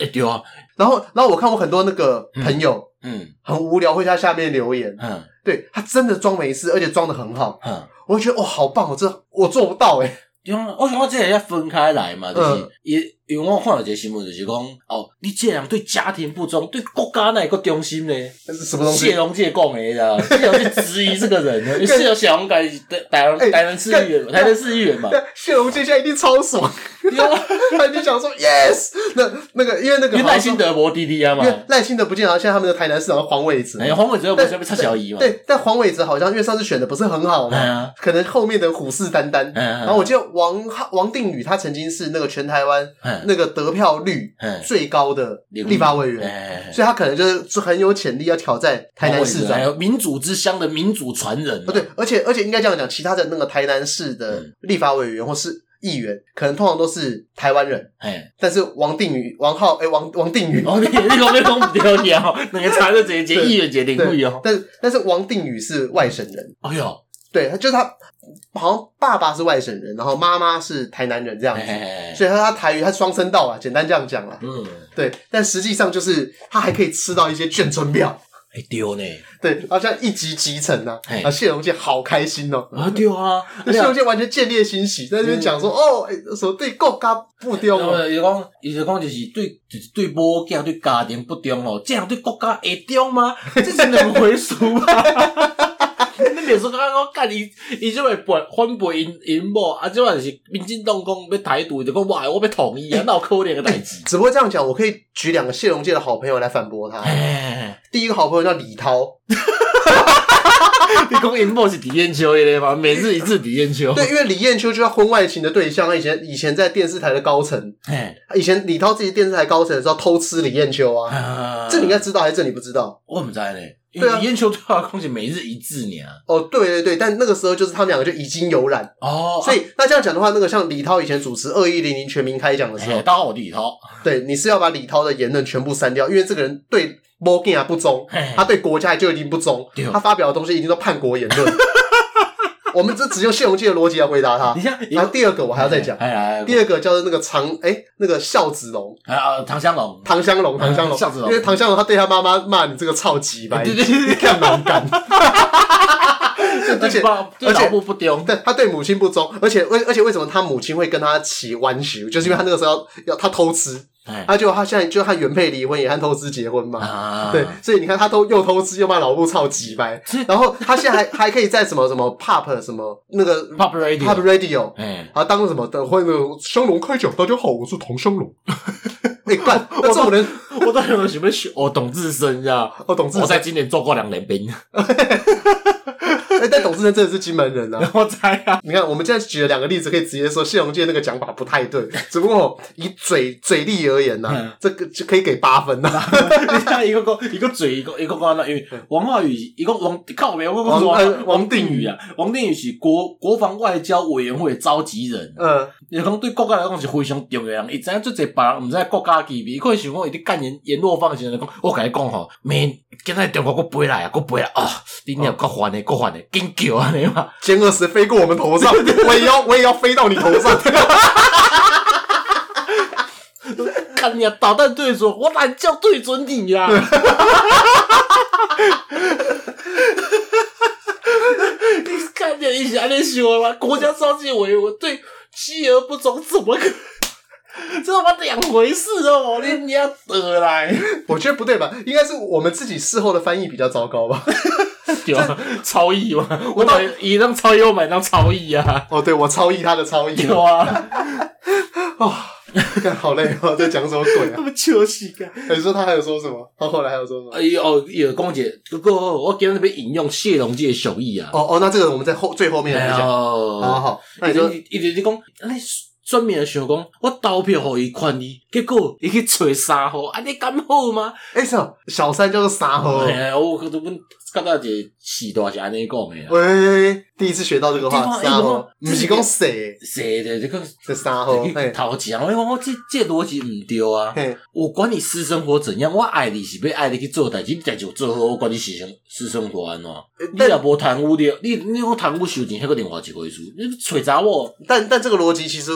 哎对啊，然后，然后我看我很多那个朋友、嗯很无聊，会在下面留言，嗯对他真的装没事，而且装的很好，嗯。我就觉得哇、好棒哦，这我做不到哎、因为我想我这个要分开来嘛，就是嗯也、因为我看到一个新闻，就是讲哦，你这个人对家庭不忠，对国家那个忠心呢？这是什么东西？谢龙介讲 [LAUGHS] 的啦，谢龙介质疑这个人呢，谢龙小龙改台湾哎台南市议员，台南市议员嘛，对，啊谢龙介现在一定超爽，对啊他一定想说 yes。那那个因为那因个为好赖像幸德博弟弟啊因嘛，为赖清德不见了，现在他们的台南市长黄伟哲，哎，黄伟哲不是要被蔡小姨嘛，对，但黄伟哲好像因为上次选的不是很好哎嘛，呀，可能后面的虎视眈眈。哎呀，然后我记得王王定宇他曾经是那个全台湾嗯那个得票率嗯最高的立法委员，哎所以他可能就是很有潜力要挑战台南市还长。有哎民主之乡的民主传人啊哦，嘛，对，而且而且应该这样讲，其他的那个台南市的嗯立法委员或是议员，可能通常都是台湾人，哎，但是王定宇、王浩，哎，王王定宇，哦，你你讲你讲不对了，两个查个一个议员一个领域哦，但但是王定宇是外省人，哎呦。对，他就是他好像爸爸是外省人，然后妈妈是台南人这样子，哎所以他他台语他双声道啊，简单这样讲啦。嗯，对，但实际上就是他还可以吃到一些眷村票，哎丢呢，对，然后这样一集集成啊，嘿啊谢荣健好开心哦、啊丢啊，嗯那谢荣健完全见猎欣喜，在那边讲说、哦，哎什么对国家不丢那哦，么伊讲，伊就讲就是对，就是对某囝对家庭不忠哦，这样对国家会忠吗？这是两回事吧？ [LAUGHS] 你脸书刚刚讲，伊伊就会反反背因因某，啊，即话就是民进党讲要台独，就讲哇，我要统一啊，那有可怜个代 [LAUGHS] 志。只不过这样讲，我可以举两个谢荣健的好朋友来反驳他。哎，第一个好朋友叫李涛， [LAUGHS] 你讲因某是李艳秋的嘛？每日一次李艳秋，对，因为李艳秋就是婚外情的对象，他以前以前在电视台的高层，嘿以前李涛自己电视台高层的时候偷吃李艳秋啊，啊这你应该知道还是这你不知道？我唔知咧，因对啊为李艳秋对我来讲是每日一字呢。哦，对对对，但那个时候就是他们两个就已经有染，哦，所以那这样讲的话，那个像李涛以前主持二一零零全民开讲的时嘿候，大家好，我李涛，对，你是要把李涛的言论全部删掉，因为这个人对 m o r g a 不忠，嘿他对国家就已经不忠哎对，哦他发表的东西已经都叛国言 [LAUGHS] 论。我们这只用谢荣基的逻辑来回答他你。像一然后第二个我我还要再讲，哎哎，哎第二个叫做那个唐哎、那个孝子龙，哎啊，唐香龙，唐香龙，唐香龙，嗯孝子龙因为唐香龙他对他妈妈骂你这个操级白，对对对对，干蛮 [LAUGHS] 干，而且爸对而且老婆不丢，对，他对母亲不忠，而且为而且为什么他母亲会跟他起弯曲，就是因为他那个时候要要他偷吃，哎他就他现在就和原配离婚，也和偷吃结婚嘛，啊，对，所以你看他都又偷吃又骂老婆操级白，然后他现在还 [LAUGHS] 还可以在什么什么 pop 什么那个，Pop Radio， pop radio 哎，啊，当什么的，或者生龙快讲，大家好，我是唐 [LAUGHS] 生龙。哎、干，那这种人，我都有准备学，我董志生呀，哦，董志我成，在今年做过两年兵，哎、但董志成真的是金门人啊。我猜啊，你看，我们现在举了两个例子，可以直接说谢龙介那个讲法不太 [LAUGHS] 对，只不过以嘴嘴力而言呢、啊嗯这个就可以给八分呐、啊。你像一个个一个嘴一个一个关那，因为王浩宇一个王靠没有，我 [LAUGHS] 说王呃王 [LAUGHS] 王定定宇啊，王定宇是国国防外交委员会召集人，嗯，你讲对国家来讲是非常重要的人，伊知影做侪别人毋知道国家机密，伊可能想讲伊伫干言言若放时阵讲，我甲你讲吼，明今仔日中国佫飞来啊，佫飞来啊，恁娘佫烦诶，佫烦诶，紧叫安尼嘛，歼二十飞过我们头 [LAUGHS] 上，我也要，我也要飞到你头上。干你啊，导弹对准我，懒觉对准你呀、啊，你看见一起安尼想的吗？国家召集委员我对妻儿不忠，怎么可？这他妈两回事哦！你你要得来，我觉得不对吧？应该是我们自己事后的翻译比较糟糕 [LAUGHS] 吧？对啊，超译嘛，我买一张超译，我买张超译 [LAUGHS] 啊，哦，对，我超译他的超译对 [LAUGHS] 啊，干好累哦，在讲什么鬼啊？[LAUGHS] 哎么笑死个。你说他还有说什么？哦他后来还有说什么？哎呦，有公姐，不过我今天边引用谢龙介的手艺啊，哦哦，那这个我们在后最后面来讲。哎呦好好哦好，那伊你就说伊就是讲，哎安尼选民就想讲，我投票互伊权利，结果伊去找三号，安尼敢好吗？哎，什么小三叫做沙河哎、？呀，我可都阮较早一个时代是安尼讲啊诶啦，喂，第一次学到这个对话，吧沙哎我河们不是讲谁是的，这个是沙 [LAUGHS] 哦河？哎头前，我讲我这这逻辑毋对啊！ [LAUGHS] 嘿，我管你私生活怎样，我爱你是要爱你去做代志，代志有做好，我管你私生私生活安怎？你但若无贪污你你你讲贪污收钱，迄个另外一回事。你找查某，但但这个逻辑其实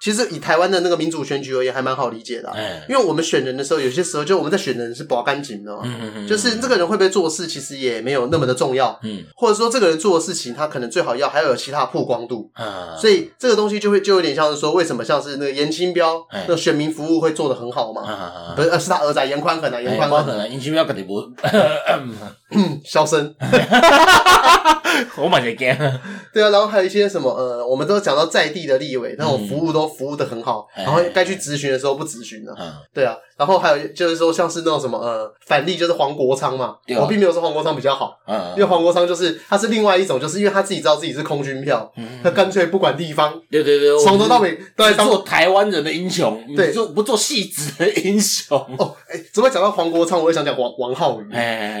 其实以台湾的那个民主选举而言，还蛮好理解的啊。哎、因为我们选人的时候，有些时候就我们在选人是保干净的嘛，嗯嗯嗯就是这个人会不会做事，其实也没有那么的重要，嗯或者说这个人做的事情，他可能最好要还要有其他曝光度。啊，所以这个东西就会就有点像是说，为什么像是那个严清标哎那个选民服务会做得很好嘛？啊不是，呃是他儿子啊严宽恒啊，严哎，宽我恒，可能因为要跟你无， [LAUGHS] 肖申， [LAUGHS] 我嘛 [LAUGHS] 是惊。对啊，然后还有一些什么呃，我们都讲到在地的立委，那种服务都服务的很好，嗯哎然后该去咨询的时候不咨询了，嗯，对啊，然后还有就是说像是那种什么呃，反例就是黄国昌嘛，对啊我并没有说黄国昌比较好，因为嗯，黄国昌就是他是另外一种，就是因为他自己知道自己是空军票，他干脆不管地方，对对对，从头到尾都在只当嗯做台湾人的英雄，对你做不做戏子的英雄？哦，哎，怎么讲到黄国昌，我就想讲王王浩宇。哎，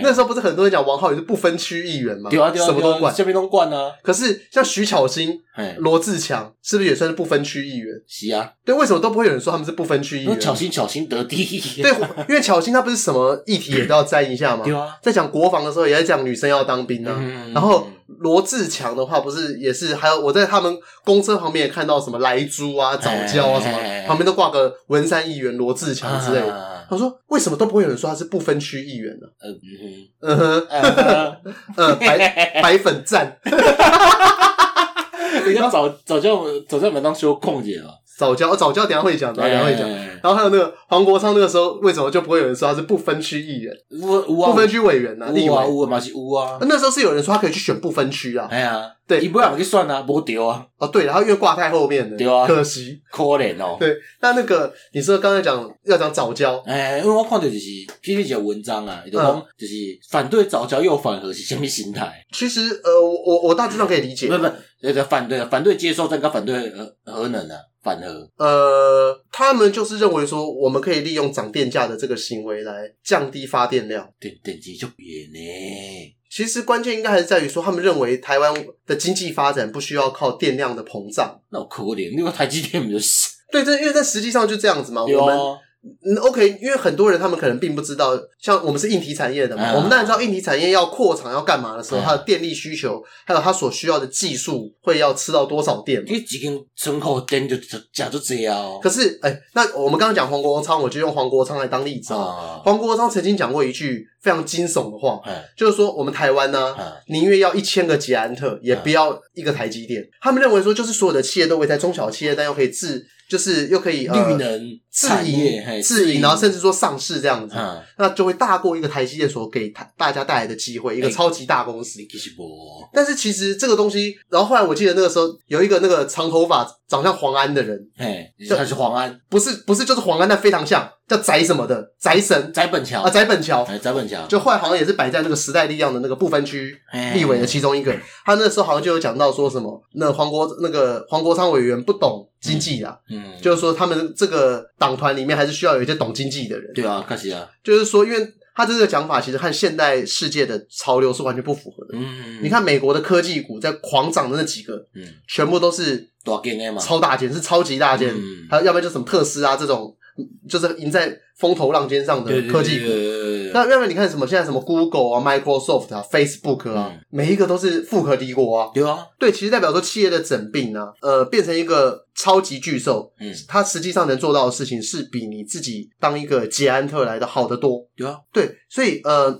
[LAUGHS] 那时候不是很多人讲王浩宇是不分区议员吗？对啊对啊，什么都管。嗯下面都管啊。可是像徐巧芯、哎，罗志强，是不是也算是不分区议员？是啊，对，为什么都不会有人说他们是不分区议那员？巧心巧心得第一。对，因为巧芯他不是什么议题也都要沾一下嘛。对啊，在讲国防的时候，也在讲女生要当兵啊。嗯然后罗志强的话，不是也是还有我在他们公车旁边也看到什么莱猪啊、早教啊什哎哎么，哎旁边都挂个文山议员罗志强之类的。的，他说：“为什么都不会有人说他是不分区议员呢、呃嗯哎嗯哼， [LAUGHS] 哼，呃，白 [LAUGHS] 白粉站，人家早早叫我们早叫我们当修空姐了，早教，哦早教等一下会讲，等一下会讲。哎然后还有那个黄国昌，那个时候为什么就不会有人说他是不分区议员、有有啊，不分区委员呢、啊？立有委、啊，有啊，嘛是有啊。那时候是有人说他可以去选不分区啊。哎呀，对伊不要去算啊，无对啊，哦，对，然后因为挂太后面了，对啊可惜。可怜哦。对，那那个你说刚才讲要讲早教，哎，因为我看到就是最近一个文章啊，伊就嗯讲就是反对早教又反核是什么心态？其实呃，我我我大致上可以理解不，不，那个反对反对接受这个反对核核能啊，反核。呃，他们就是认为说我们可以利用涨电价的这个行为来降低发电量。电电机就远呢，其实关键应该还是在于说，他们认为台湾的经济发展不需要靠电量的膨胀。那有可怜，你看台积电不就是？对，这因为在实际上就这样子嘛。对我们啊，嗯，OK，因为很多人他们可能并不知道，像我们是硬体产业的嘛，嗯我们当然知道硬体产业要扩厂要干嘛的时候，嗯它的电力需求，还有它所需要的技术会要吃到多少电嘛。你一间窗口电就就假就这样哦可。是，哎、那我们刚刚讲黄国昌，我就用黄国昌来当例子啊。啊，黄国昌曾经讲过一句非常惊悚的话，哎就是说我们台湾呢、哎宁愿要一千个捷安特，也啊不要一个台积电。他们认为说，就是所有的企业都会在中小企业，但又可以自，就是又可以、呃、绿能自产业营、嘿呃自营，然后甚至说上市这样子，啊，那就会大过一个台积电所给台大家带来的机会，一个哎超级大公司。其实无但是其实这个东西，然后后来我记得那个时候有一个那个长头发、长像黄安的人，嘿，这他是黄安不是不是就是黄安，但非常像，叫翟什么的翟神翟本桥啊，，翟本桥，哎，翟本桥就后来好像也是摆在那个时代力量的那个不分区哎立委的其中一个，他那时候好像就有讲到说什么，那黄国那个黄国昌委员不懂经济啊，嗯，就是说他们这个党团里面还是需要有一些懂经济的人，对啊，确实啊，就是说，因为他这个讲法其实和现代世界的潮流是完全不符合的。嗯，你看美国的科技股在狂涨的那几个，嗯，全部都是大间的嘛，超大件，是超级大件，嗯还有要不然就什么特斯拉这种，就是赢在风头浪尖上的对对科技股。对对对那要不然你看什么现在什么 Google 啊、Microsoft 啊、Facebook 啊，嗯每一个都是富可敌国啊。对啊，对，其实代表说企业的整并啊，呃，变成一个超级巨兽，嗯，它实际上能做到的事情是比你自己当一个捷安特来的好得多。对啊，对，所以呃，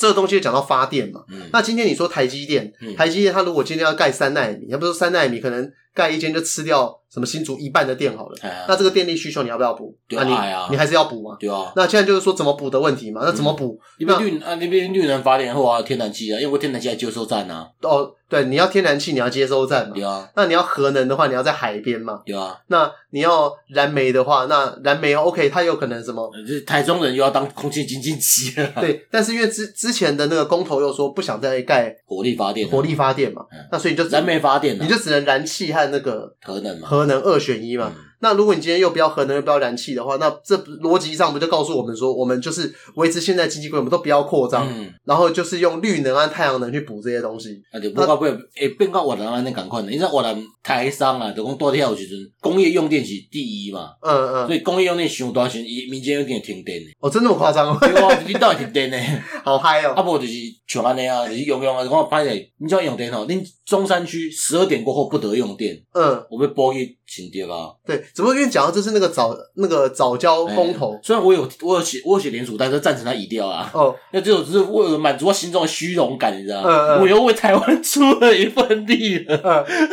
这个东西就讲到发电嘛。嗯，那今天你说台积电，嗯台积电它如果今天要盖三纳米，它不是说三纳米可能盖一间就吃掉什么新竹一半的电好了，哎呀那这个电力需求你要不要补？对那你、哎呀你还是要补嘛？对啊，那现在就是说怎么补的问题嘛？那怎么补？那边绿啊那边绿能发电后啊，天然气啊，因为天然气还接收站啊，哦，对，你要天然气，你要接收站嘛对。啊，那你要核能的话，你要在海边嘛？对啊，那你要燃煤的话，那燃煤 OK，它有可能什么？呃这台中人又要当空气清净机了，对，但是因为之之前的那个公投又说不想再盖火力发电啊，火力发电嘛嗯，那所以你就只燃煤发电啊你，就啊只能燃气和那个核能嘛，核能二选一嘛。嗯那如果你今天又不要核能又不要燃气的话，那这逻辑上不就告诉我们说，我们就是维持现在经济规模，都不要扩张，嗯，然后就是用绿能和太阳能去补这些东西。啊，就不到变会变到越南安尼共款的，因为越南台商啊，就讲大跳有时阵工业用电是第一嘛，嗯所嗯，以工业用电上大时候，伊民间用电停电的，哦，真那么夸张哦，对啊，你到底 [LAUGHS] 停电的，好嗨啊哦！无就是像安尼啊，就是用用啊，我歹势，你要用电吼，恁中山区十二点过后不得用电，嗯，我被波去停电啊。对，只不过因为讲到这是那个早那个早交哎公投、虽然我有我有写我有写联署，但是赞成他移掉啊。哦，那这种只是为了满足我心中的虚荣感，你知道吗？嗯嗯我又为台湾出了一份力了。嗯，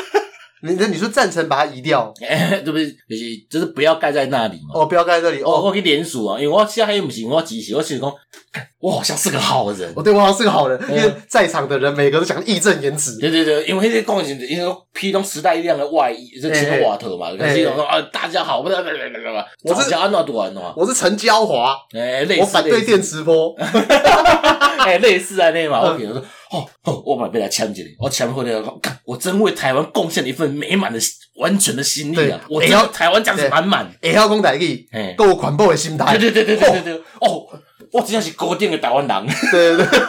你那你说赞成把它移掉 [LAUGHS] 对不对？就是就是不要盖在那里嘛。哦，不要盖在这里哦，哦。我去联署啊，因为我现在又不行，我支持，我想讲，干我好像是个好人。哦，对我好像是个好人，因嗯为在场的人每个都讲义正言辞。对对对，因为那个是因为披种时代力量的外衣，这青瓦特嘛，可是种说啊，大家好，不不不不不，我是早家安怎多安怎，我是陈娇华，哎，类似我反对电，磁 [LAUGHS] 波。哎，类似啊那嘛，嗯我比如说，哦哦，我买被他签进来，我签回来，看我真为台湾贡献了一份美满的完全的心力啊，对我真哎呀的台湾价值满满，会晓讲台语，哎，够环保的心态对。对对对对对对，哦，我真正是高定的台湾人。对对对，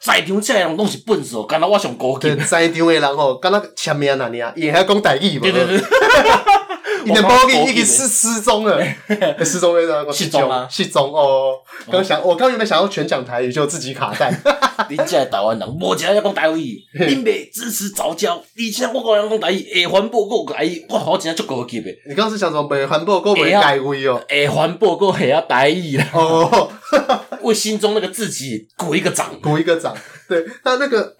在场这人拢是笨手，敢若我上高级对，。在场的人吼，敢若签名那尼啊，伊会晓讲台语无？ [LAUGHS] 对对对， [LAUGHS] 伊连包给我已经失失踪了，失踪了，然后失踪啊失踪哦。刚想，我刚原本想要全讲台语，就自己卡带。恁这些台湾人，无一个要讲台语，恁袂支持早教，而且我个人讲台语，会环保个有台语，哇，我真正足高级的，你刚是想什么？北环保够没会啊改位哦？会环保个会晓台语啦，哦，为心中那个自己鼓一个掌。鼓一个掌。对，那那个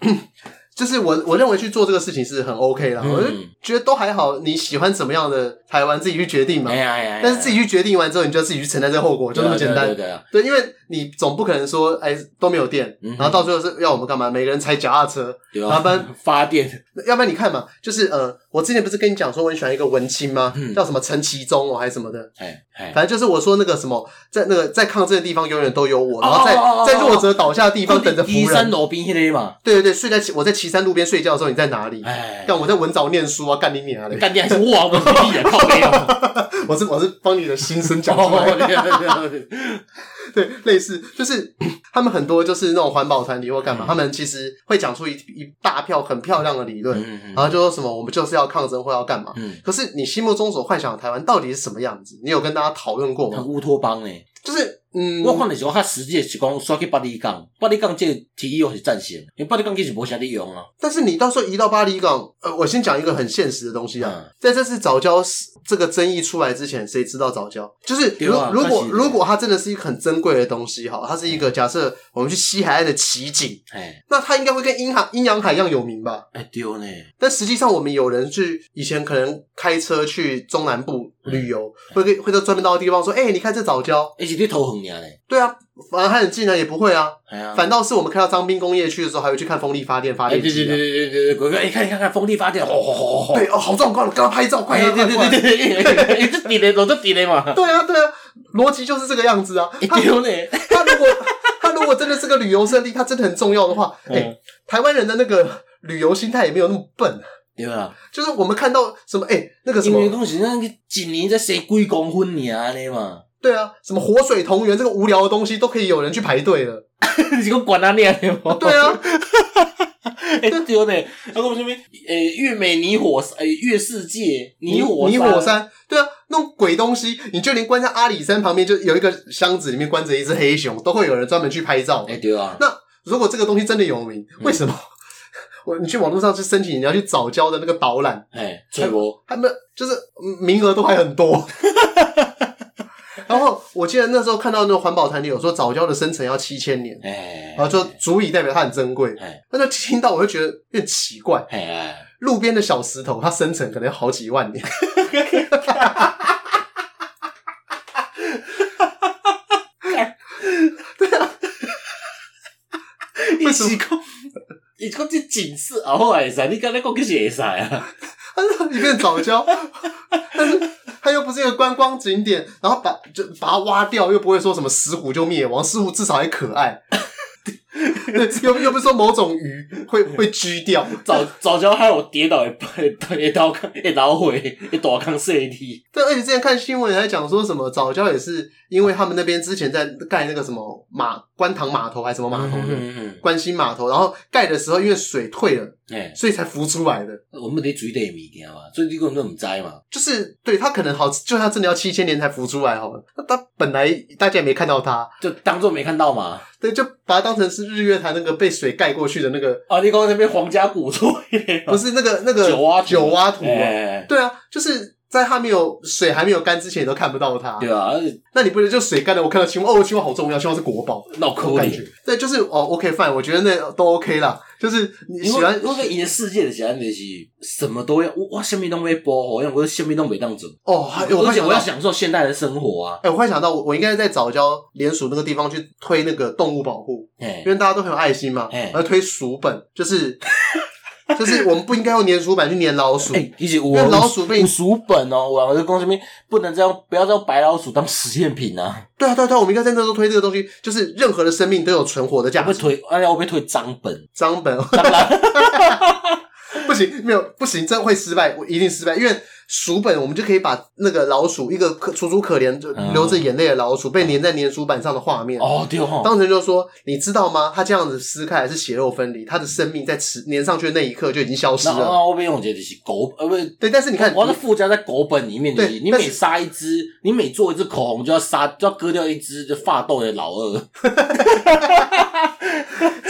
就是我我认为去做这个事情是很 OK 啦，嗯我就觉得都还好，你喜欢怎么样的台湾自己去决定嘛哎。呀哎呀，但是自己去决定完之后，你就要自己去承担这个后果，就对这啊么简单。对啊对啊对对，啊，因为你总不可能说，哎，都没有电，嗯哼然后到最后是要我们干嘛？每个人踩脚踏车，对啊麻烦发电，要不然你看嘛，就是呃，我之前不是跟你讲说我很喜欢一个文青吗？嗯叫什么陈其中哦，还是什么的，哎哎，反正就是我说那个什么，在那个在抗争的地方永远都有我，哦然后在哦哦哦在弱者倒下的地方等着一扶山人。楼边迄个嘛，对对对，睡在我在岐山路边睡觉的时候，你在哪里？哎，干我在文藻念书啊，干你娘嘞！ [LAUGHS] 干掉还是哇，我屁眼靠背 [LAUGHS] 啊，我是我是帮你的心声讲出来。 [LAUGHS] 哦，对对对 [LAUGHS] 对，类似就是他们很多就是那种环保团体或嗯干嘛，他们其实会讲出一一大票很漂亮的理论，嗯然后就说什么我们就是要抗争或要干嘛。嗯，可是你心目中所幻想的台湾到底是什么样子？你有跟大家讨论过很吗？乌托邦呢。就是嗯，嗯我看的时候，较实际的是讲刷去巴黎港，巴黎港这个提议我是赞成，因为巴黎港其实无啥利用啊。但是你到时候移到巴黎港，呃，我先讲一个很现实的东西啊，嗯在这次早教这个争议出来之前，谁知道早教？就是对如、啊如果确实嗯如果它真的是一个很珍贵的东西，好，它是一个假设我们去西海岸的奇景，哎那它应该会跟阴海阴阳海一样有名吧？哎对呢，但实际上，我们有人去以前可能开车去中南部嗯旅游，会跟会到专门到的地方说：“哎、你看这早教。而且你头很娘呢。”对啊，反而他很竟然也不会啊，哎呀，反倒是我们开到张滨工业区的时候，还会去看风力发电发哎电对对机、对啊。对对对对，鬼哥哎看看看风力发电，吼吼吼吼吼。对哦，好壮观！我跟他拍照，快哎快对快！对对对对对，哎这比嘞，老这比嘞嘛。对啊，对啊，逻辑就是这个样子啊。哎对呢，他如果他如果真的是个旅游胜地，他真的很重要的话，哎、嗯台湾人的那个旅游心态也没有那么笨，啊对啦，就是我们看到什么哎、那个什因么为讲是咱一年才生几公分尔安尼嘛。对啊，什么活水同源这个无聊的东西都可以有人去排队了。你是讲管他念的吗？对啊，哎、对呢，还有什么？诶、月美泥火，诶、月世界泥火泥火山，对啊，那种鬼东西，你就连关在阿里山旁边就有一个箱子，里面关着一只黑熊，都会有人专门去拍照哎、。嗯对啊，那如果这个东西真的有名，为什么？ [LAUGHS] 我你去网络上去申请，你要去早教的那个导览，哎、吹波，他们就是嗯名额都还很多。 [LAUGHS] 然后我记得那时候看到那个环保团体有说早教的生成要七千年，哎、然后就足以代表它很珍贵哎。那就听到我就觉得有点奇怪，哎哎，路边的小石头，它生成可能要好几万年。 [LAUGHS] 你为什么是讲，你是讲这景色啊，后会使，你刚才讲就是会使啊，它是一片早教， [LAUGHS] 但是它又不是一个观光景点，然后把就把它挖掉，又不会说什么石虎就灭亡，石虎至少还可爱。 [LAUGHS] 对，又又不是说某种鱼会会狙掉，早早教害我跌倒会会会倒坑会倒回会大坑碎地，对，而且之前看新闻还讲说什么早教也是因为他们那边之前在盖那个什么马观塘码头还是什么码头的、嗯，关心码头，然后盖的时候因为水退了，哎、所以才浮出来的。我们得注意点物件嘛，所以你根本都唔知嘛，就是对他可能好，就他真的要七千年才浮出来好了。那他本来大家也没看到他，就当做没看到嘛。对，就把它当成是日月潭那个被水盖过去的那个，啊，你讲那边皇家古厝那个嘛，不是那个那个啊九蛙图九蛙图啊，哎，对啊，就是在它没有水还没有干之前，你都看不到它。对啊，而且那你不能就水干了，我看到青蛙，哦，青蛙好重要，青蛙是国宝，脑这种壳感里觉。。对，就是哦，OK fine，我觉得那都 OK 啦，就是你因喜为欢我个伊的世界的想法就是什么都要，我我什么都没包好，因为我什么都没当准。哦，还有我而幻且想我到要，享受现代的生活啊，哎，我幻想到我我应该在早教联署那个地方去推那个动物保护，哎因，为大家都很有爱心嘛，哎而推鼠本，就是就是我们不应该用粘鼠板去粘老鼠，哎，其实我因为老鼠被有鼠本哦，我我就讲什么不能这样，不要这样白老鼠当实验品啊，对啊对啊对啊，我们应该在那时候推这个东西，就是任何的生命都有存活的价我被值。推，哎呀，我被推脏本，张本当然，不行，没有不行，真会失败，我一定失败，因为鼠本我们就可以把那个老鼠一个可楚楚可怜就嗯流着眼泪的老鼠被粘在粘鼠板上的画面。哦对哦，当成就说，你知道吗？它这样子撕开来是血肉分离，它的生命在吃粘上去的那一刻就已经消失那了。那我被用这就是狗，呃不是。对，但是你看，哦我要是附加在狗本里面，就对是你但每是杀一只，你每做一只口红就要杀，就要割掉一只就发豆的老二。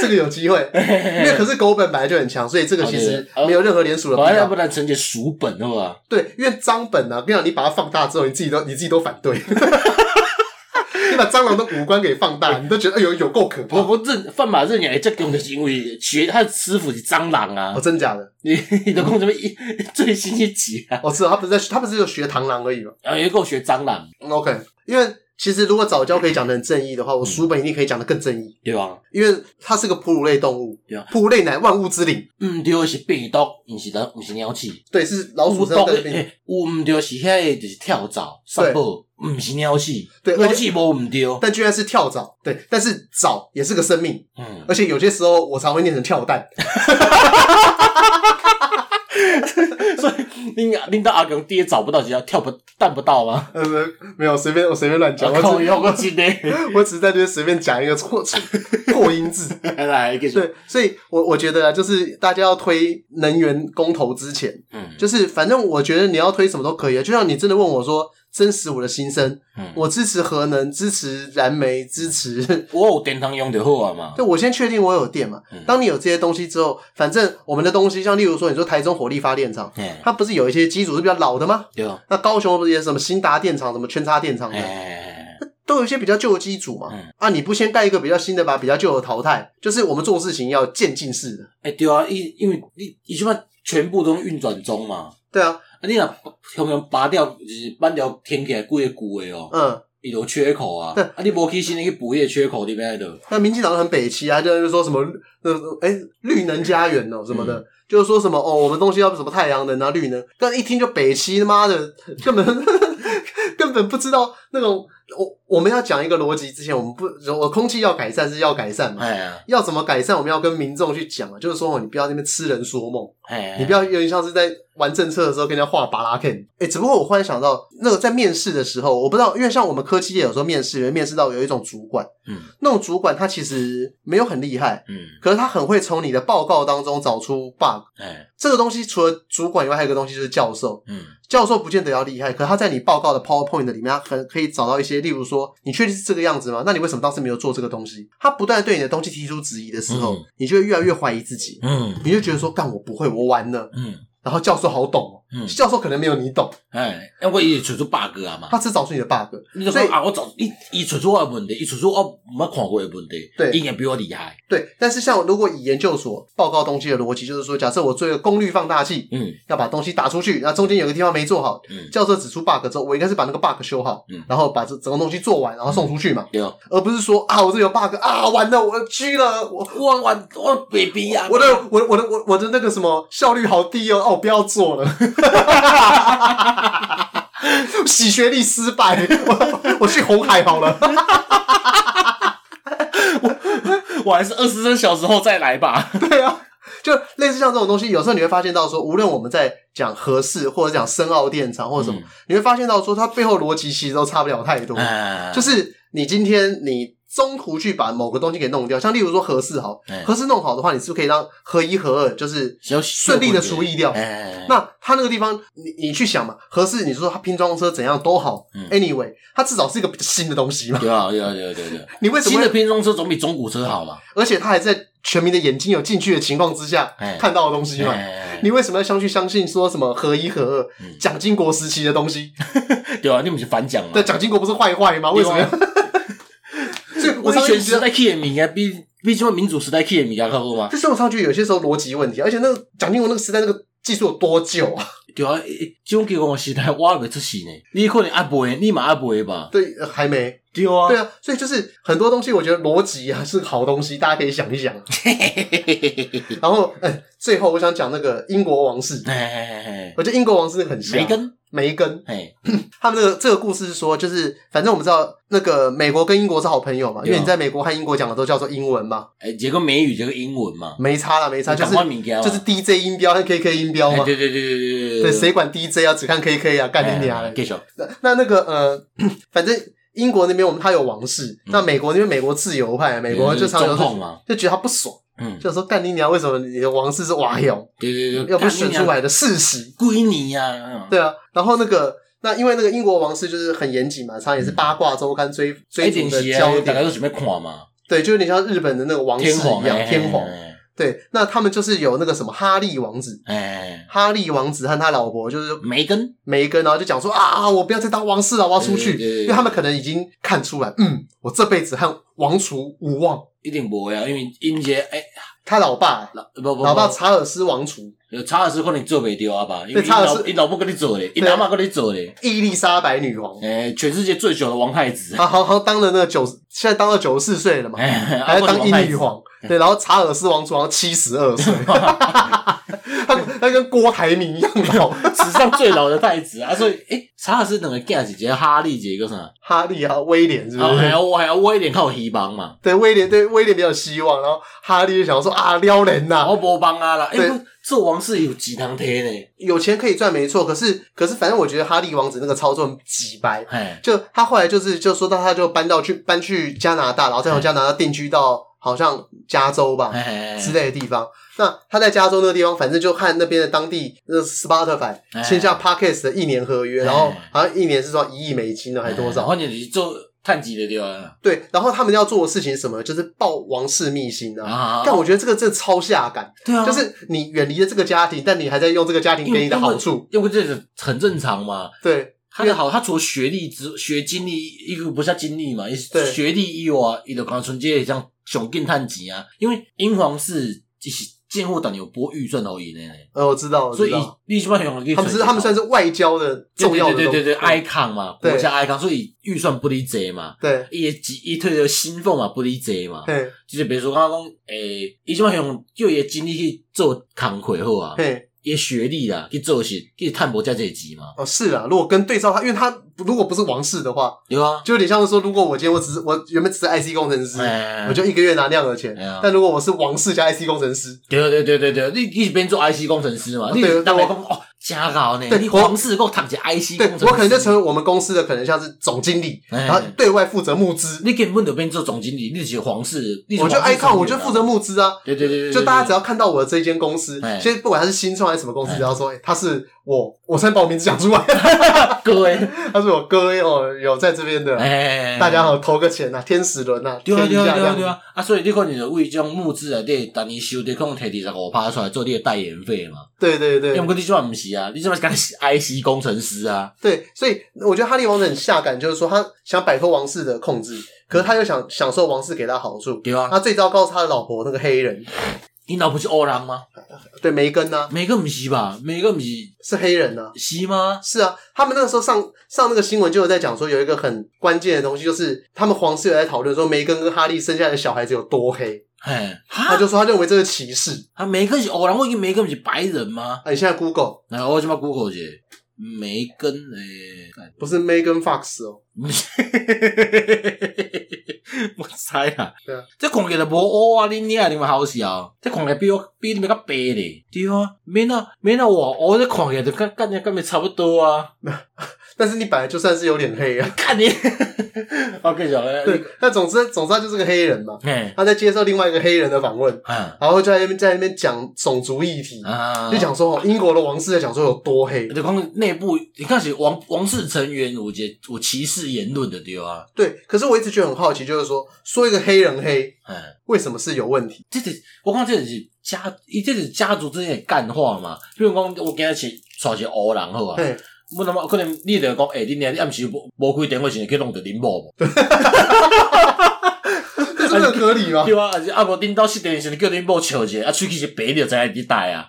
这个有机会，因为可是狗本本来就很强，所以这个其实没有任何联署的必反正要要哎不。然成绩鼠本的嘛。 [LAUGHS] 对，因为张本啊，跟你讲，你把它放大之后，你自己都你自己都反对。你把蟑螂的五官给放大，你都觉得哎呦有够可怕。我我认犯法认养这种就是因为学他的师傅是蟑螂啊哦，，真假的？ [LAUGHS] 你你都讲什么一最新一集啊？哦，是哦他不是在，他不是有学螳螂而已吗啊，也给我学蟑螂， ？OK，因为其实如果早教可以讲的很正义的话，我书本一定可以讲的更正义，对吧？因为它是个哺乳类动物对啊，哺乳类乃万物之灵，毋对是病毒，毋是人，毋是鸟鼠。对，是老有鼠身毒上的的，欸病，有毋对是遐个就是跳蚤、对杀宝，毋是鸟鼠，对，而鸟且鼠无毋对。但居然是跳蚤，对，但是蚤也是个生命，嗯，而且有些时候我常会念成跳蛋，所以恁啊恁到阿强第一找不到，只要跳不弹不到吗？呃，没有随便我随便乱讲， [LAUGHS] 我啊靠，只有个真的， [LAUGHS] 我只是在这边随便讲一个错错破音 [LAUGHS] 字，来继续。对，所以我我觉得啊，就是大家要推能源公投之前，嗯就是反正我觉得你要推什么都可以啊，就像你真的问我说。真实我的心声，嗯，我我支持核能，支持燃煤，支持。 [LAUGHS] 我有电灯用就好啊嘛。对，我先确定我有电嘛嗯。当你有这些东西之后，反正我们的东西，像例如说，你说台中火力发电厂，嘿它不是有一些机组是比较老的吗？对，那高雄不是也是什么新达电厂、什么圈叉电厂的，哎，都有一些比较旧的机组嘛嗯？啊，你不先盖一个比较新的，把比较旧的淘汰，就是我们做事情要渐进式的。哎对啊，因因为你你起码全部都运转中嘛。对啊，啊，你若通常拔掉就是半条填起来规个旧的哦，嗯，伊有缺口啊。对啊，你无去新的去补迄个缺口里面的。那民进党很北齐啊，就是说什么那哎、绿能家园哦、什么嗯的，就是说什么哦，我们东西要什么太阳能啊绿能，但一听就北齐，他妈的 [LAUGHS] 根本根本不知道那种我我们要讲一个逻辑之前，我们不我空气要改善是要改善嘛。哎呀，要怎么改善？我们要跟民众去讲啊，就是说，哦你不要在那边痴人说梦，哎，你不要有点像是在玩政策的时候跟人家画巴拉 K。哎，只不过我忽然想到，那个在面试的时候，我不知道，因为像我们科技业有时候面试，有面试到有一种主管，嗯那种主管他其实没有很厉害，嗯，可是他很会从你的报告当中找出 bug。哎这个东西除了主管以外，还有一个东西就是教授。嗯教授不见得要厉害，可他在你报告的 PowerPoint 里面，他很可以找到一些，例如说，你确定是这个样子吗？那你为什么当时没有做这个东西？他不断地对你的东西提出质疑的时候，嗯你就会越来越怀疑自己，嗯你就觉得说，干我不会，我完了。嗯然后教授好懂哦，嗯，教授可能没有你懂，哎，因为伊找出 bug 啊嘛。他只找出你的 bug。你就所说以啊，我找伊伊找出我的问题，伊找出我毋捌看过的问题，对伊也比我厉害。对，但是像如果以研究所报告东西的逻辑，就是说，假设我做一个功率放大器，嗯要把东西打出去，那中间有个地方没做好，嗯，教授指出 bug 之后，我应该是把那个 bug 修好，嗯然后把这整个东西做完，然后送出去嘛，对，我而不是说啊，我这有 bug 啊，完了，我狙了，我我我 baby 啊，我的我的我的我我的那个什么效率好低哦，哦，我不要做 [LAUGHS] 了。 [LAUGHS] 洗学历失败，我我去红海好了。我还是二十三小时后再来 [LAUGHS] 吧。对啊，就类似像这种东西，有时候你会发现到说，无论我们在讲合适或者讲深奥电厂或者什嗯么，你会发现到说，它背后逻辑其实都差不了太多。哎，就是你今天你中途去把某个东西给弄掉，像例如说合适好哎，合适弄好的话，你是不是可以让合一合二就是小顺利的除役掉？哎，那他那个地方，你你去想嘛，合适，你说他拼装车怎样都好、嗯 a n y w a y 它至少是一个比较新的东西嘛。对啊对啊对啊对啊对啊，你为什么新的会？拼装车总比中古车好嘛。而且他还在全民的眼睛有进去的情况之下、哎看到的东西嘛。哎你为什么要相去相信说什么合一合二嗯？蒋经国时期的东西，对啊，你不是反讲嘛？对，蒋经国不是坏坏啊吗？为什么要？所以我啊威常常权时觉得，代去的物啊件比比什么民主时代去的物件较好嘛？ [LAUGHS] 就是我常常觉得有些时候逻辑问题，而且那个蒋经国那个时代那个技术有多久啊？对啊，诶这种结果时代我还未出世呢，你可能还未，你嘛还未吧？ [LAUGHS] 对，呃还没。对啊对啊，所以就是很多东西，我觉得逻辑啊是好东西，大家可以想一想。啊 [LAUGHS] 然后，哎，最后我想讲那个英国王室，哎，我觉得英国王室那个很像梅根，嗯梅根，哎，他们这个这个故事是说，就是反正我们知道那个美国跟英国是好朋友嘛，因为对啊你在美国和英国讲的都叫做英文嘛，哎，结果美语这个英文嘛，没差啦，没差，就是同款物件嘛就是 DJ 音标和 KK 音标啊哎嘛。对对对对对对对，谁管 DJ 啊？只看 KK 啊，干你哎娘哎嘞！继续，那那那个呃， [CLEARS THROAT] 反正英国那边我们他有王室，那美国那边美国自由派，啊哎美国就常嗯中常控就嘛，就觉得他不爽，嗯，就说干你娘，为什么你的王室是瓦窑，对对对，要不是选出干你娘来的世袭？归你嗯呀，对啊，然后那个那因为那个英国王室就是很严谨嘛，常常也是八卦周刊追追一逐定的是焦啊，大家点，都准备看嘛，对，就有点像日本的那个王室天皇一样，天皇。哎对，那他们就是有那个什么哈利王子，哎，哈利王子和他老婆就是梅根，梅根，然后就讲说啊，我不要再当王室了，我要出去，对对对因为他们可能已经看出来，嗯，我这辈子和王储无望。一定无啊，因为因这哎，他老爸，老不不老爸查尔斯王储不，查尔斯可能做袂到啊吧，因为对伊查尔斯老伊老母跟你做咧，伊对阿妈跟你做咧，伊丽莎白女王，哎，全世界最小的王太子，他好好当了那个九，现在当到九十四岁了嘛， [LAUGHS] 哎，还在当英女女，皇，对，然后查尔斯王储好像七十二 [LAUGHS] 岁，他他跟郭台铭一样老，史上最老的太子啊，所以哎，查尔斯两个囝是一个哈利，一个啥，哈利啊，威廉是不啊，还是？要我还要威廉靠希望嘛，对，威廉对威廉比较有希望，然后哈利就想说啊，撩人呐、我无帮啊啦，哎对，做王室有几堂贴呢？有钱可以赚没错，可是可是反正我觉得哈利王子那个操作很鸡掰，哎，就他后来就是就说到他就搬到去搬去加拿大，然后嗯再从加拿大定居到好像加州吧，哎之啊类的地方。那他在加州那个地方，反正就和那边的当地那 Spotify 哎签下 Podcast 的一年合约，哎然后好像一年是说一亿美金呢，还多少？反正就是做探级的对啊，对，然后他们要做的事情是什么，就是报王室秘辛啊。啊，但我觉得这个真的超下感，对啊，就是你远离了这个家庭，但你还在用这个家庭给你的好处。因为这个很正常嘛。对他的好，他除了学历之学经历，一个不是经历嘛，伊对学历以外，伊就讲纯粹像上进探级啊。因为英皇是一是建货党有拨预算而已呢，呃，我知道，我所知以道，你起码用了他们是他们算是是外交的重要的对对对对对东西 icon 嘛，对国家 icon，所以预算不离济嘛，对伊几伊推的薪俸嘛不离济嘛，嘿就是比如说刚刚讲诶，伊起码用就伊经历去做工课好啊，嘿伊学历啦去做是去探博加这级嘛，哦是啊，如果跟对照他，因为他如果不是王室的话，对啊，就有点像是说，如果我今天我只是我原本只是 IC 工程师，哎我就一个月拿那样的钱哎呀。但如果我是王室加 IC 工程师，对对对对对，你你是边做 IC 工程师嘛？你对对当来讲哦，真高呢！对你我皇室够躺起 IC 对工程师，我可能就成为我们公司的可能像是总经理，哎然后对外负责募资。你根本就变做总经理，你是皇室，你是我皇室就 icon，我就成员啊负责。募资啊。对对对对，对就大家只要看到我的这间公司哎，其实不管它是新创还是什么公司，哎只要说哎它是我，我先把我名字讲出来， [LAUGHS] 各位，他是我哥哦，有在这边的，哎，大家。好投个钱呐，啊天使轮呐，对啊天一对下啊对啊这对样。啊！啊，所以你可能就为这种募资内底，但你收得可能摕二十五趴出来做你的代言费嘛。对对对要不过你即满毋是啊，你即满敢是 IC 工程师啊？对，所以我觉得哈利王子很下感，就是说他想摆脱王室的控制，可是他又想享受王室给他好处。对啊，他最糟糕是他的老婆那个黑人，你老婆是欧人吗？对梅根呢、啊、每个毋是吧？每个毋是是黑人呢、啊。是吗？是啊，他们那个时候上上那个新闻就有在讲说，有一个很关键的东西，就是他们皇室有在讨论说梅根跟哈利生下来的小孩子有多黑，嘿，他哈，就说他认为这是歧视。啊，梅根是欧人，我跟梅根毋是白人吗？啊，你现在 Google 来，我即摆 Google 一下，梅根诶、干 [LAUGHS] 不是 Megan Fox 哦，不是我猜啦。对啊，这看起来无乌啊，恁娘你们好笑。这看起来比我比你们较白咧。对啊，免啊免啊，我乌这看起来就跟跟人家根本差不多啊。但是你本来就算是有点黑啊。看你， [LAUGHS] 我跟你讲，对， [LAUGHS] 那总之总之他就是个黑人嘛，哎，他在接受另外一个黑人的访问，啊然后就在那边在那边讲种族议题，啊，就讲说哦英国的王室在讲说有多黑。就讲内部，你看是王王室成员有一个有歧视言论的对啊，对，可是我一直觉得很好奇，就是说说一个黑人黑，哎。为什么是有问题？这是我讲这是家，伊这是家族之间的干话嘛。比如讲，我今日是娶一个黑人好啊，对，我他妈可能你就讲，哎、欸，你娘你暗时无无开电话时去弄着恁某无？这真的很合理 [LAUGHS] 吗？对啊，啊是啊无恁兜失电时叫恁某笑一下，啊喙齿是白你就知影你戴啊，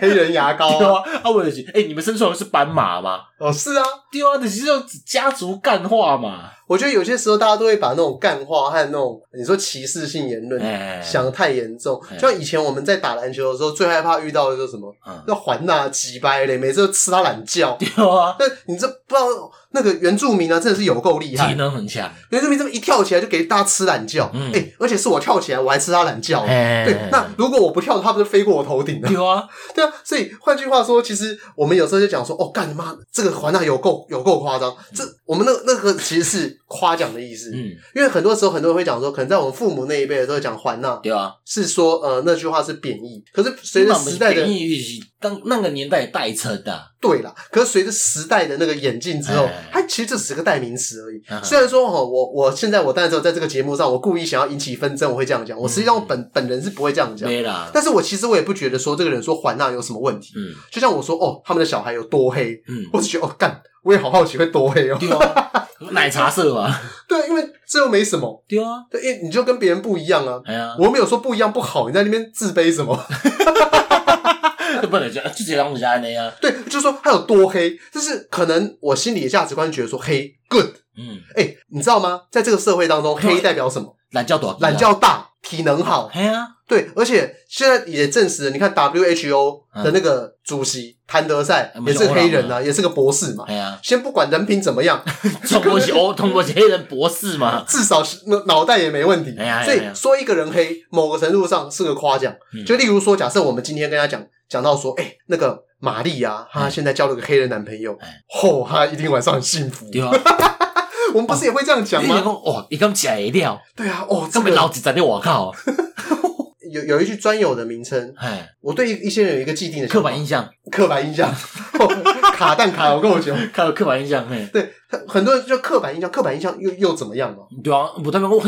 黑人牙膏对 [LAUGHS] 啊，啊，啊我就是，哎、你们生出来是斑马吗？哦，是啊。对啊，就是这种家族干话嘛。我觉得有些时候大家都会把那种干话和那种你说歧视性言论、哎、想得太严重。哎就像以前我们在打篮球的时候，最害怕遇到的就是什么？嗯，那环呐、鸡掰嘞，每次都吃他懒 [LAUGHS] 觉。对啊，那你这不知道那个原住民啊，真的是有够厉体害。能很强，原住民这么一跳起来就给大家吃懒觉，哎、嗯而且是我跳起来，我还吃他懒觉。哎、对，那如果我不跳，他不是飞过我头 [LAUGHS] 顶的？对啊，对啊，所以换句话说，其实我们有时候就讲说，哦，干你妈，这个环娜有够有够夸张，这我们那那个其实是夸奖的意思。嗯，因为很多时候很多人会讲说，可能在我们父母那一辈的时候讲“还呐对啊”，，是说呃那句话是贬义，可是随着时代的那是当那个年代代称啊的，对啦，可是随着时代的那个演进之后哎，它其实这只是个代名词而已。嗯虽然说哦，我我现在我当然只有在这个节目上，我故意想要引起纷争，我会这样讲。我实际上我本本人是不会这样讲，嗯没啦，但是我其实我也不觉得说这个人说还那有什么问题。嗯就像我说哦，他们的小孩有多黑，嗯，我只觉得哦干，我也好好奇会多黑哦。对啊，奶茶色嘛，对，因为这又没什么，对啊，对，因为你就跟别人不一样啊。哎呀，我又没有说不一样不好，你在那边自卑什么？这本来就就这样子安尼啊，对，就是说他有多黑，就是可能我心里的价值观觉得说黑 good，嗯，哎、你知道吗？在这个社会当 [LAUGHS] 中，黑代表什么？懒觉大，啊懒，觉大，体能好。哎呀，对，而且现在也证实了，你看 WHO 的那个主席谭德赛嗯也是黑人啊，也是个博士嘛。哎呀，先不管人品怎么样，中国是 [LAUGHS] 欧，中国是黑人博士嘛，至少是脑脑袋也没问题哎呀。哎呀所以哎呀说一个人黑，某个程度上是个夸奖。嗯就例如说，假设我们今天跟他讲讲到说，哎，那个玛丽啊，她现在交了个黑人男朋友嗯哎，吼，她一定晚上很幸福。对啊，我们不是也会这样讲你讲吗？哇，伊敢食会了，对啊，哦，这根个本老子在你外口，有有一句专有的名称，哎，我对一些人有一个既定的刻想法板印象，刻板印 [LAUGHS] 象，卡蛋卡有够久。刻刻板印象，嘿。对，很多人就刻板印象，刻板印象又又怎么样嘛？对啊，不代表我，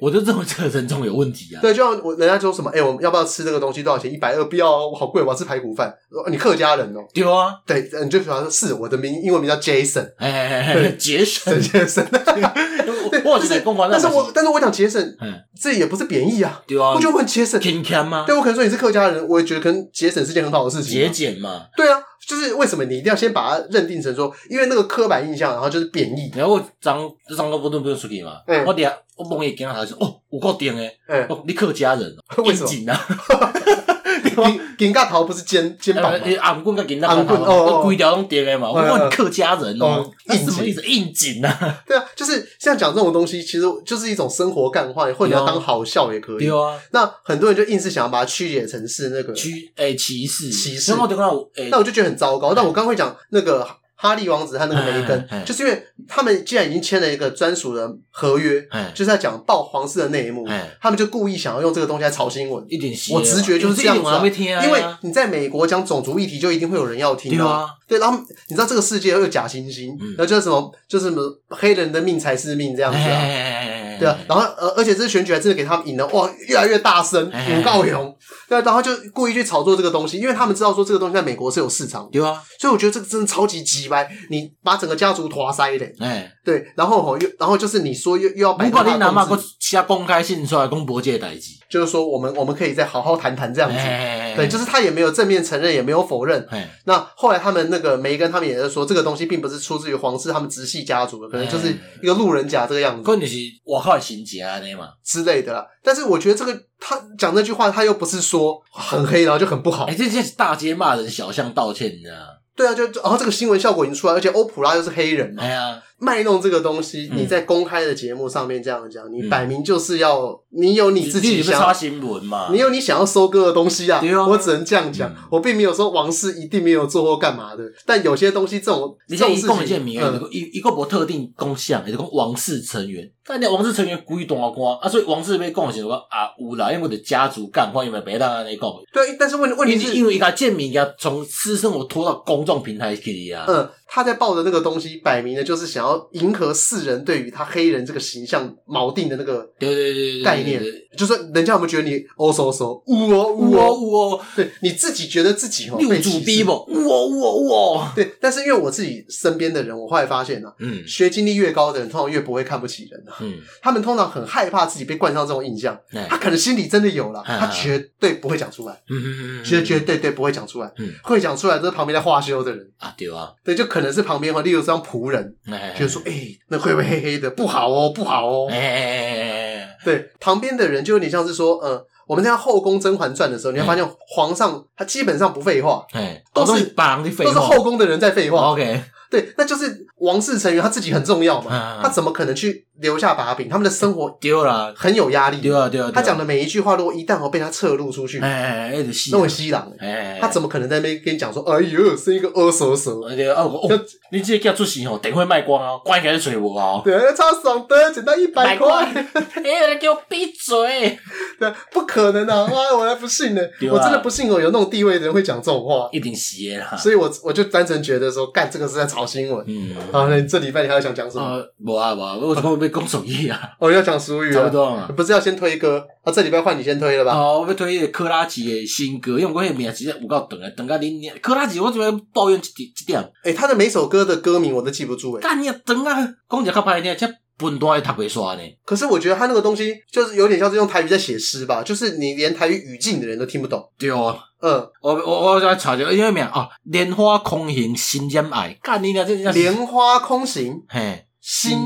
我就认为这个人种有问题啊。对，就像我人家说什么，哎、我们要不要吃这个东西？多少钱？一百二，不要哦，好贵，我要吃排骨饭。哦你客家人哦，对啊，对，你就喜欢说是我的名，英文名叫 [LAUGHS] Jason，哎哎哎哎，节省沈，先 [LAUGHS] 生。对我我是公关，但是我但是我讲杰森，嗯，这也不是贬义啊，对啊我，就问杰森。勤俭吗？对我可能说你是客家人，我也觉得可能节省是件很好的事情节啊。俭嘛。对啊，就是为什么你一定要先把它认定成说，因为那个刻板印象，然后就是贬义。然后我昨昨个不都不用出去嘛，嗯我俩我梦见跟他说，哦，有够顶诶，嗯，哦你客家人 [LAUGHS] 哦，为什么紧啊？ [LAUGHS] 顶顶盖头不是肩肩 [LAUGHS] 膀吗？哎阿姆棍跟紧啊，红棍哦哦规条拢顶诶嘛，我嗯讲你客家人哦嗯，那什么意思？应景啊，对啊，就是像讲这种东西，其实就是一种生活干话，或者你要当好笑也可以对。啊，那很多人就硬是想要把它曲解成是那个，歧诶歧视，歧视然后我就讲到诶那，我就觉得很糟糕。但我刚会讲那个哈利王子和那个梅哎哎哎哎根，就是因为他们既然已经签了一个专属的合约，哎就是在讲爆皇室的内幕哎，他们就故意想要用这个东西来炒新闻。一点啊是我直觉就是这这样一子点我还啊，没听啊，因为你在美国讲种族议题，就一定会有人要听对啊。对，然后你知道这个世界又有假惺惺，嗯然后就是什么，就是什么黑人的命才是命这样子啊。哎，对啊，然后呃，而且这次选举还真的给他们赢了，哇，越来越大声，哎五告勇，对啊，然后就故意去炒作这个东西，因为他们知道说这个东西在美国是有市场的，对啊，所以我觉得这个真的超级鸡掰，你把整个家族拖塞嘞，哎，对，然后吼又然后就是你说又又要摆不脱管他你的哪嘛，控我制，写公开信出来讲伯这个代志，就是说我们我们可以再好好谈谈这样子，哎，对，就是他也没有正面承认，也没有否认。哎，那后来他们那个梅根他们也是说，这个东西并不是出自于皇室他们直系家族的，可能哎就是一个路人甲这个样子。可能就是外口的情节啊安尼嘛。之类的啦。但是我觉得这个他讲那句话，他又不是说很黑，然后就很不好哎，。这这是大街骂人，小巷道歉，你知道吗？对啊，就就然后这个新闻效果已经出来，而且欧普拉又是黑人嘛，哎呀，卖弄这个东西，嗯你在公开的节目上面这样讲，你摆明就是要你有你自己你不是想插。新闻嘛？你有你想要收割的东西啊对！啊我只能这样讲嗯，我并没有说王室一定没有做或干嘛的，但有些东西这种你这像种一事共一件情，名嗯额，一一个无特定公项，也就讲王室成员。但你王室成员规大官啊，所以王室被讲是讲啊有啦，因为我的家族干，我伊咪别当安尼讲。对，但是问问题因是为，因为伊甲建民甲从私生活拖到公众平台去啊。嗯，他在报的那个东西，摆明了就是想要迎合世人对于他黑人这个形象锚定的那个对对对对，概念对对对，就是人家有没有觉得你哦嗖嗖，呜哦有呜哦哦，有哦，对你自己觉得自己哦你被有主歧逼视不？有哦有哦有哦，对，但是因为我自己身边的人，我后来发现呢、啊，嗯学经历越高的人，通常越不会看不起人啊。嗯，他们通常很害怕自己被冠上这种印象，哎他可能心里真的有了，嗯他绝对不会讲出来，嗯嗯嗯绝绝对对不会讲出来嗯，会讲出来都是旁边在画修的人，啊对啊，对，就可能是旁边或哦例如像仆人，哎就说，哎，那会不会黑黑的？不好哦，不好哦哎，哎哎对，旁边的人就有点像是说，呃，我们在看《后宫甄嬛传》的时候，你会发现皇上他基本上不废话，哎，都是帮你废哦都是后宫的人在废话。 ，OK，对，那就是王室成员他自己很重要嘛，嗯嗯他怎么可能去留下把柄？他们的生活丢啦，很有压力。丢啊丢啊，他讲的，的每一句话，如果一旦哦我被他侧录出去，哎哎哎，就死那，会吸狼欸。哎，他怎么可能在那边跟你讲说，哎呦，生一个恶蛇蛇，么？对啊，我哦，你这个叫出席哦，等会卖光啊，关起来就找我啊，对，哎超爽的，捡到一百块，哎，有人给我闭嘴！对，不可能 [LAUGHS] 啊！哇，我还不信呢，对啊我真的不信我有那种地位的人会讲这种话，一定死的啦。所以我我就单纯觉得说，干这个是在炒新闻。嗯，好，那你这礼拜你还要想讲什么？呃，无啊无啊，我怎么被讲手艺啊？我要讲俗语差不啊，多嘛。不是要先推歌啊？这礼拜换你先推了吧？哦，我要推迄个科拉奇的新歌，因为我迄个名实在有够长诶，长到恁娘科拉奇，我就要抱怨一点一点，哎，他的每首歌的歌名我都记不住哎，干你长啊，讲一个较歹听，这笨蛋也读袂煞呢。可是我觉得他那个东西就是有点像是用台语在写诗吧，就是你连台语语境的人都听不懂。对哦，嗯，我我我再查一下，因为名哦，莲花空行心染爱，干你娘这这莲花空行，嘿心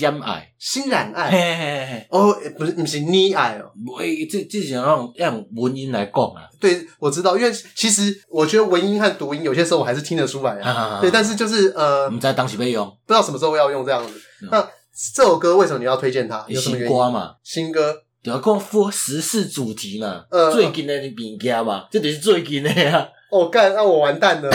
染爱，心染嘿爱。嘿嘿嘿，哦，诶不是，不是溺爱哦。无诶，这这是用用文音来讲啊，对，我知道，因为其实我觉得文音和读音有些时候我还是听得出来啊。啊对，但是就是呃，毋不知当时要用知道什么时候要用这样子嗯。那这首歌为什么你要推荐它？有什么新原因？歌嘛。新歌，对啊，讲符合时事主题嘛，呃最近的物件嘛，这就是最近的啊。哦，干，那我完蛋了。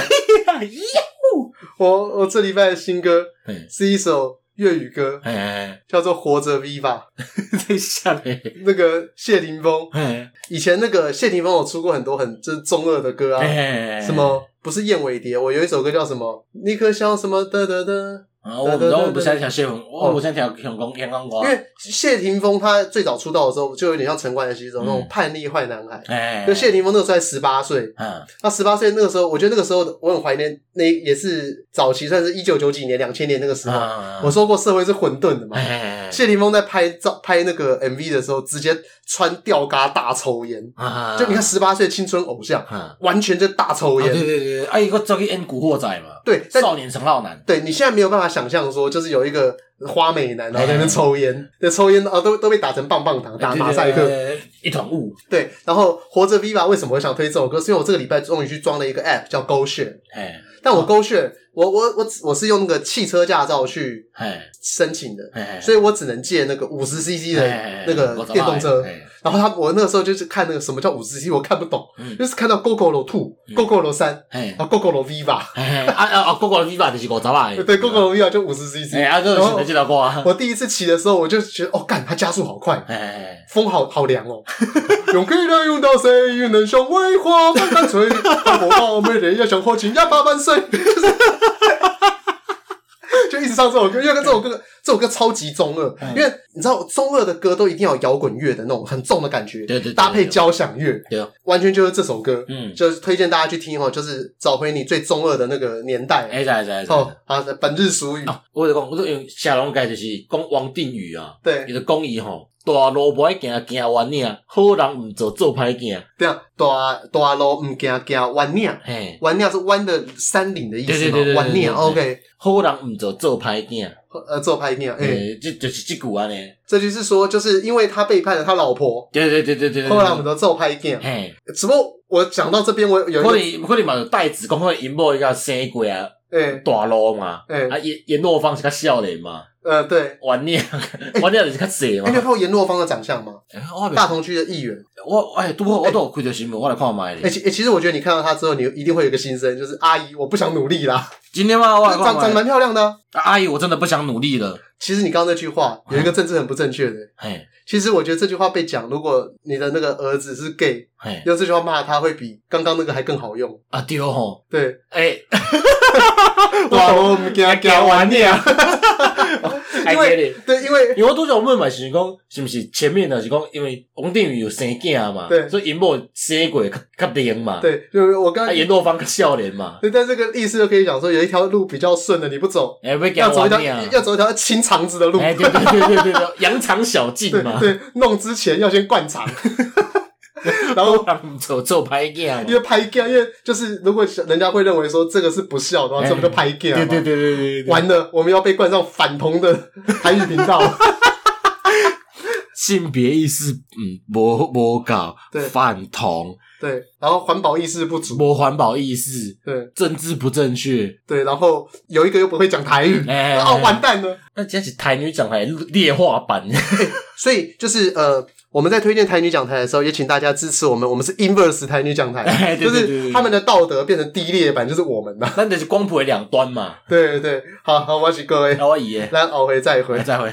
我我这礼拜的新歌嘿是一首粤语歌，嘿嘿叫做《活着 V 吧》。嘿，这下嘞，那个谢霆锋，嘿以前那个谢霆锋有出过很多很就是中二的歌啊，嘿什？么不是燕尾蝶，我有一首歌叫什么？那颗笑什么的的的。啊，我不知道，我不想听新闻，我不想听香港香港歌。因为谢霆锋他最早出道的时候，就有点像陈冠希这种嗯那种叛逆坏男孩。哎，就谢霆锋那个时候才十八岁，嗯那十八岁那个时候，我觉得那个时候我很怀念，那也是早期，算是一九九几年、两千年那个时候。啊我说过社会是混沌的嘛，哎谢霆锋在拍照拍那个 MV 的时候，直接穿吊嘎大抽烟，啊就你看十八岁青春偶像，啊，完全就大抽啊对烟。对对，哎，我走去演古惑仔嘛，对，但少年陈浩南，对你现在没有办法想象说，就是有一个花美男，然后在那边抽烟，那抽烟啊都都被打成棒棒糖，打马赛克。嗯对，一团雾，对，然后活着 Viva 为什么会想推这首歌？是因为我这个礼拜终于去装了一个 app 叫 GoShare，哎但我 GoShare，我我我只我是用那个汽车驾照去哎申请的，哎，所以我只能借那个五十 CC 的哎那个电动车。哎然后他我那个时候就是看那个什么叫五十 CC，我看不懂，嗯就是看到 GoGoRo Two、GoGoRo 三、哎啊 GoGoRo Viva，哎啊啊啊！哥哥的 Viva 就是五十万的，对 GoGoRo Viva 就五十 CC 哎。啊，这个选择这条歌啊，我第一次骑的时候，我就觉得哦，干，它加速好快，哎，风好好凉哦。 [LAUGHS] 勇气能用到谁？又能像威化般干脆。但我望美人要想活情，要八万岁。 [LAUGHS] 就一直唱这首歌，因为这首歌这首歌超级中二，嗯因为你知道中二的歌都一定要有摇滚乐的那种很重的感觉，对对对对搭配交响乐，对哦，完全就是这首歌，嗯，就是推荐大家去听哦，就是找回你最中二的那个年代哎，在在在，哦啊，本日俗语，啊，我就讲，我就用下龙街就是讲王定宇啊，对伊，就讲伊吼，大路不爱行，行弯领，好人毋做，做歹行，对啊，大大路唔行行弯岭，嘿，弯岭是弯的山岭的意思对对嘛对对？对弯对岭对嗯，OK，好人毋做，做歹行，呃，做拍面，哎、诶，这就是即句安尼，这就是说，就是因为他背叛了他老婆，对对对对对对，后来我们都做拍面。嘿，只不过我讲到这边，我有一可个，能可能嘛有代志，讲可能因某伊甲生过啊，哎、大路嘛，哎、啊，阎阎若芳是较少年嘛，呃，对，弯 [LAUGHS] 领弯领就是较细哎、嘛你有，看过阎若芳的长相吗？哎我还没大同区的议员，我哎，拄好我都有开着新闻，我来看卖哎、咧。其、哎其实我觉得你看到他之后，你一定会有一个心声，就是阿姨，我不想努力 [LAUGHS] 啦，今天吗？我来长看长卖。蛮漂亮的啊、啊阿姨，我真的不想努力了。其实你刚刚那句话有一个政治很不正确的，嘿，其实我觉得这句话被讲，如果你的那个儿子是 gay，嘿，用这句话骂他会比刚刚那个还更好用。啊对吼，对，哎， [LAUGHS] 大我们给他讲完你啊， [LAUGHS] 哦因为因为对，因为 [LAUGHS] 因为我拄则问嘛，是讲是毋是前面的是讲，因为王定宇有生囝嘛对，所以因某生过较较灵嘛，对，就是我刚啊刚阎若芳较少年嘛，对，但这个意思就可以讲说，有一条路比较顺的，你不走，哎，要要讲走一条完你啊，要走一条清肠子的路。哎，对对对对对对，扬长小径对嘛，对，弄之前要先灌肠，哦然 [LAUGHS] 后让做做歹囝因嘛，为拍 g 因为就是如果人家会认为说这个是不孝的话，哎这不就拍 g 对对对对对对，完了，我们要被冠上反同的 [LAUGHS] 韩语频道。性别意识嗯无无够对，反同对，然后环保意识不足，无环保意识，对政治不正确，对，然后有一个又不会讲台语，哎哦，完蛋了。那真是台女讲台劣化版， [LAUGHS] 所以就是呃，我们在推荐台女讲台的时候，也请大家支持我们，我们是 inverse 台女讲台，哎 [LAUGHS] 对就对对是对他们的道德变成低劣版，就是我们 [LAUGHS] 呐。咱就是光谱的两端嘛。对对，好好，我是各位，啊我姨耶，咱后回再回再。会。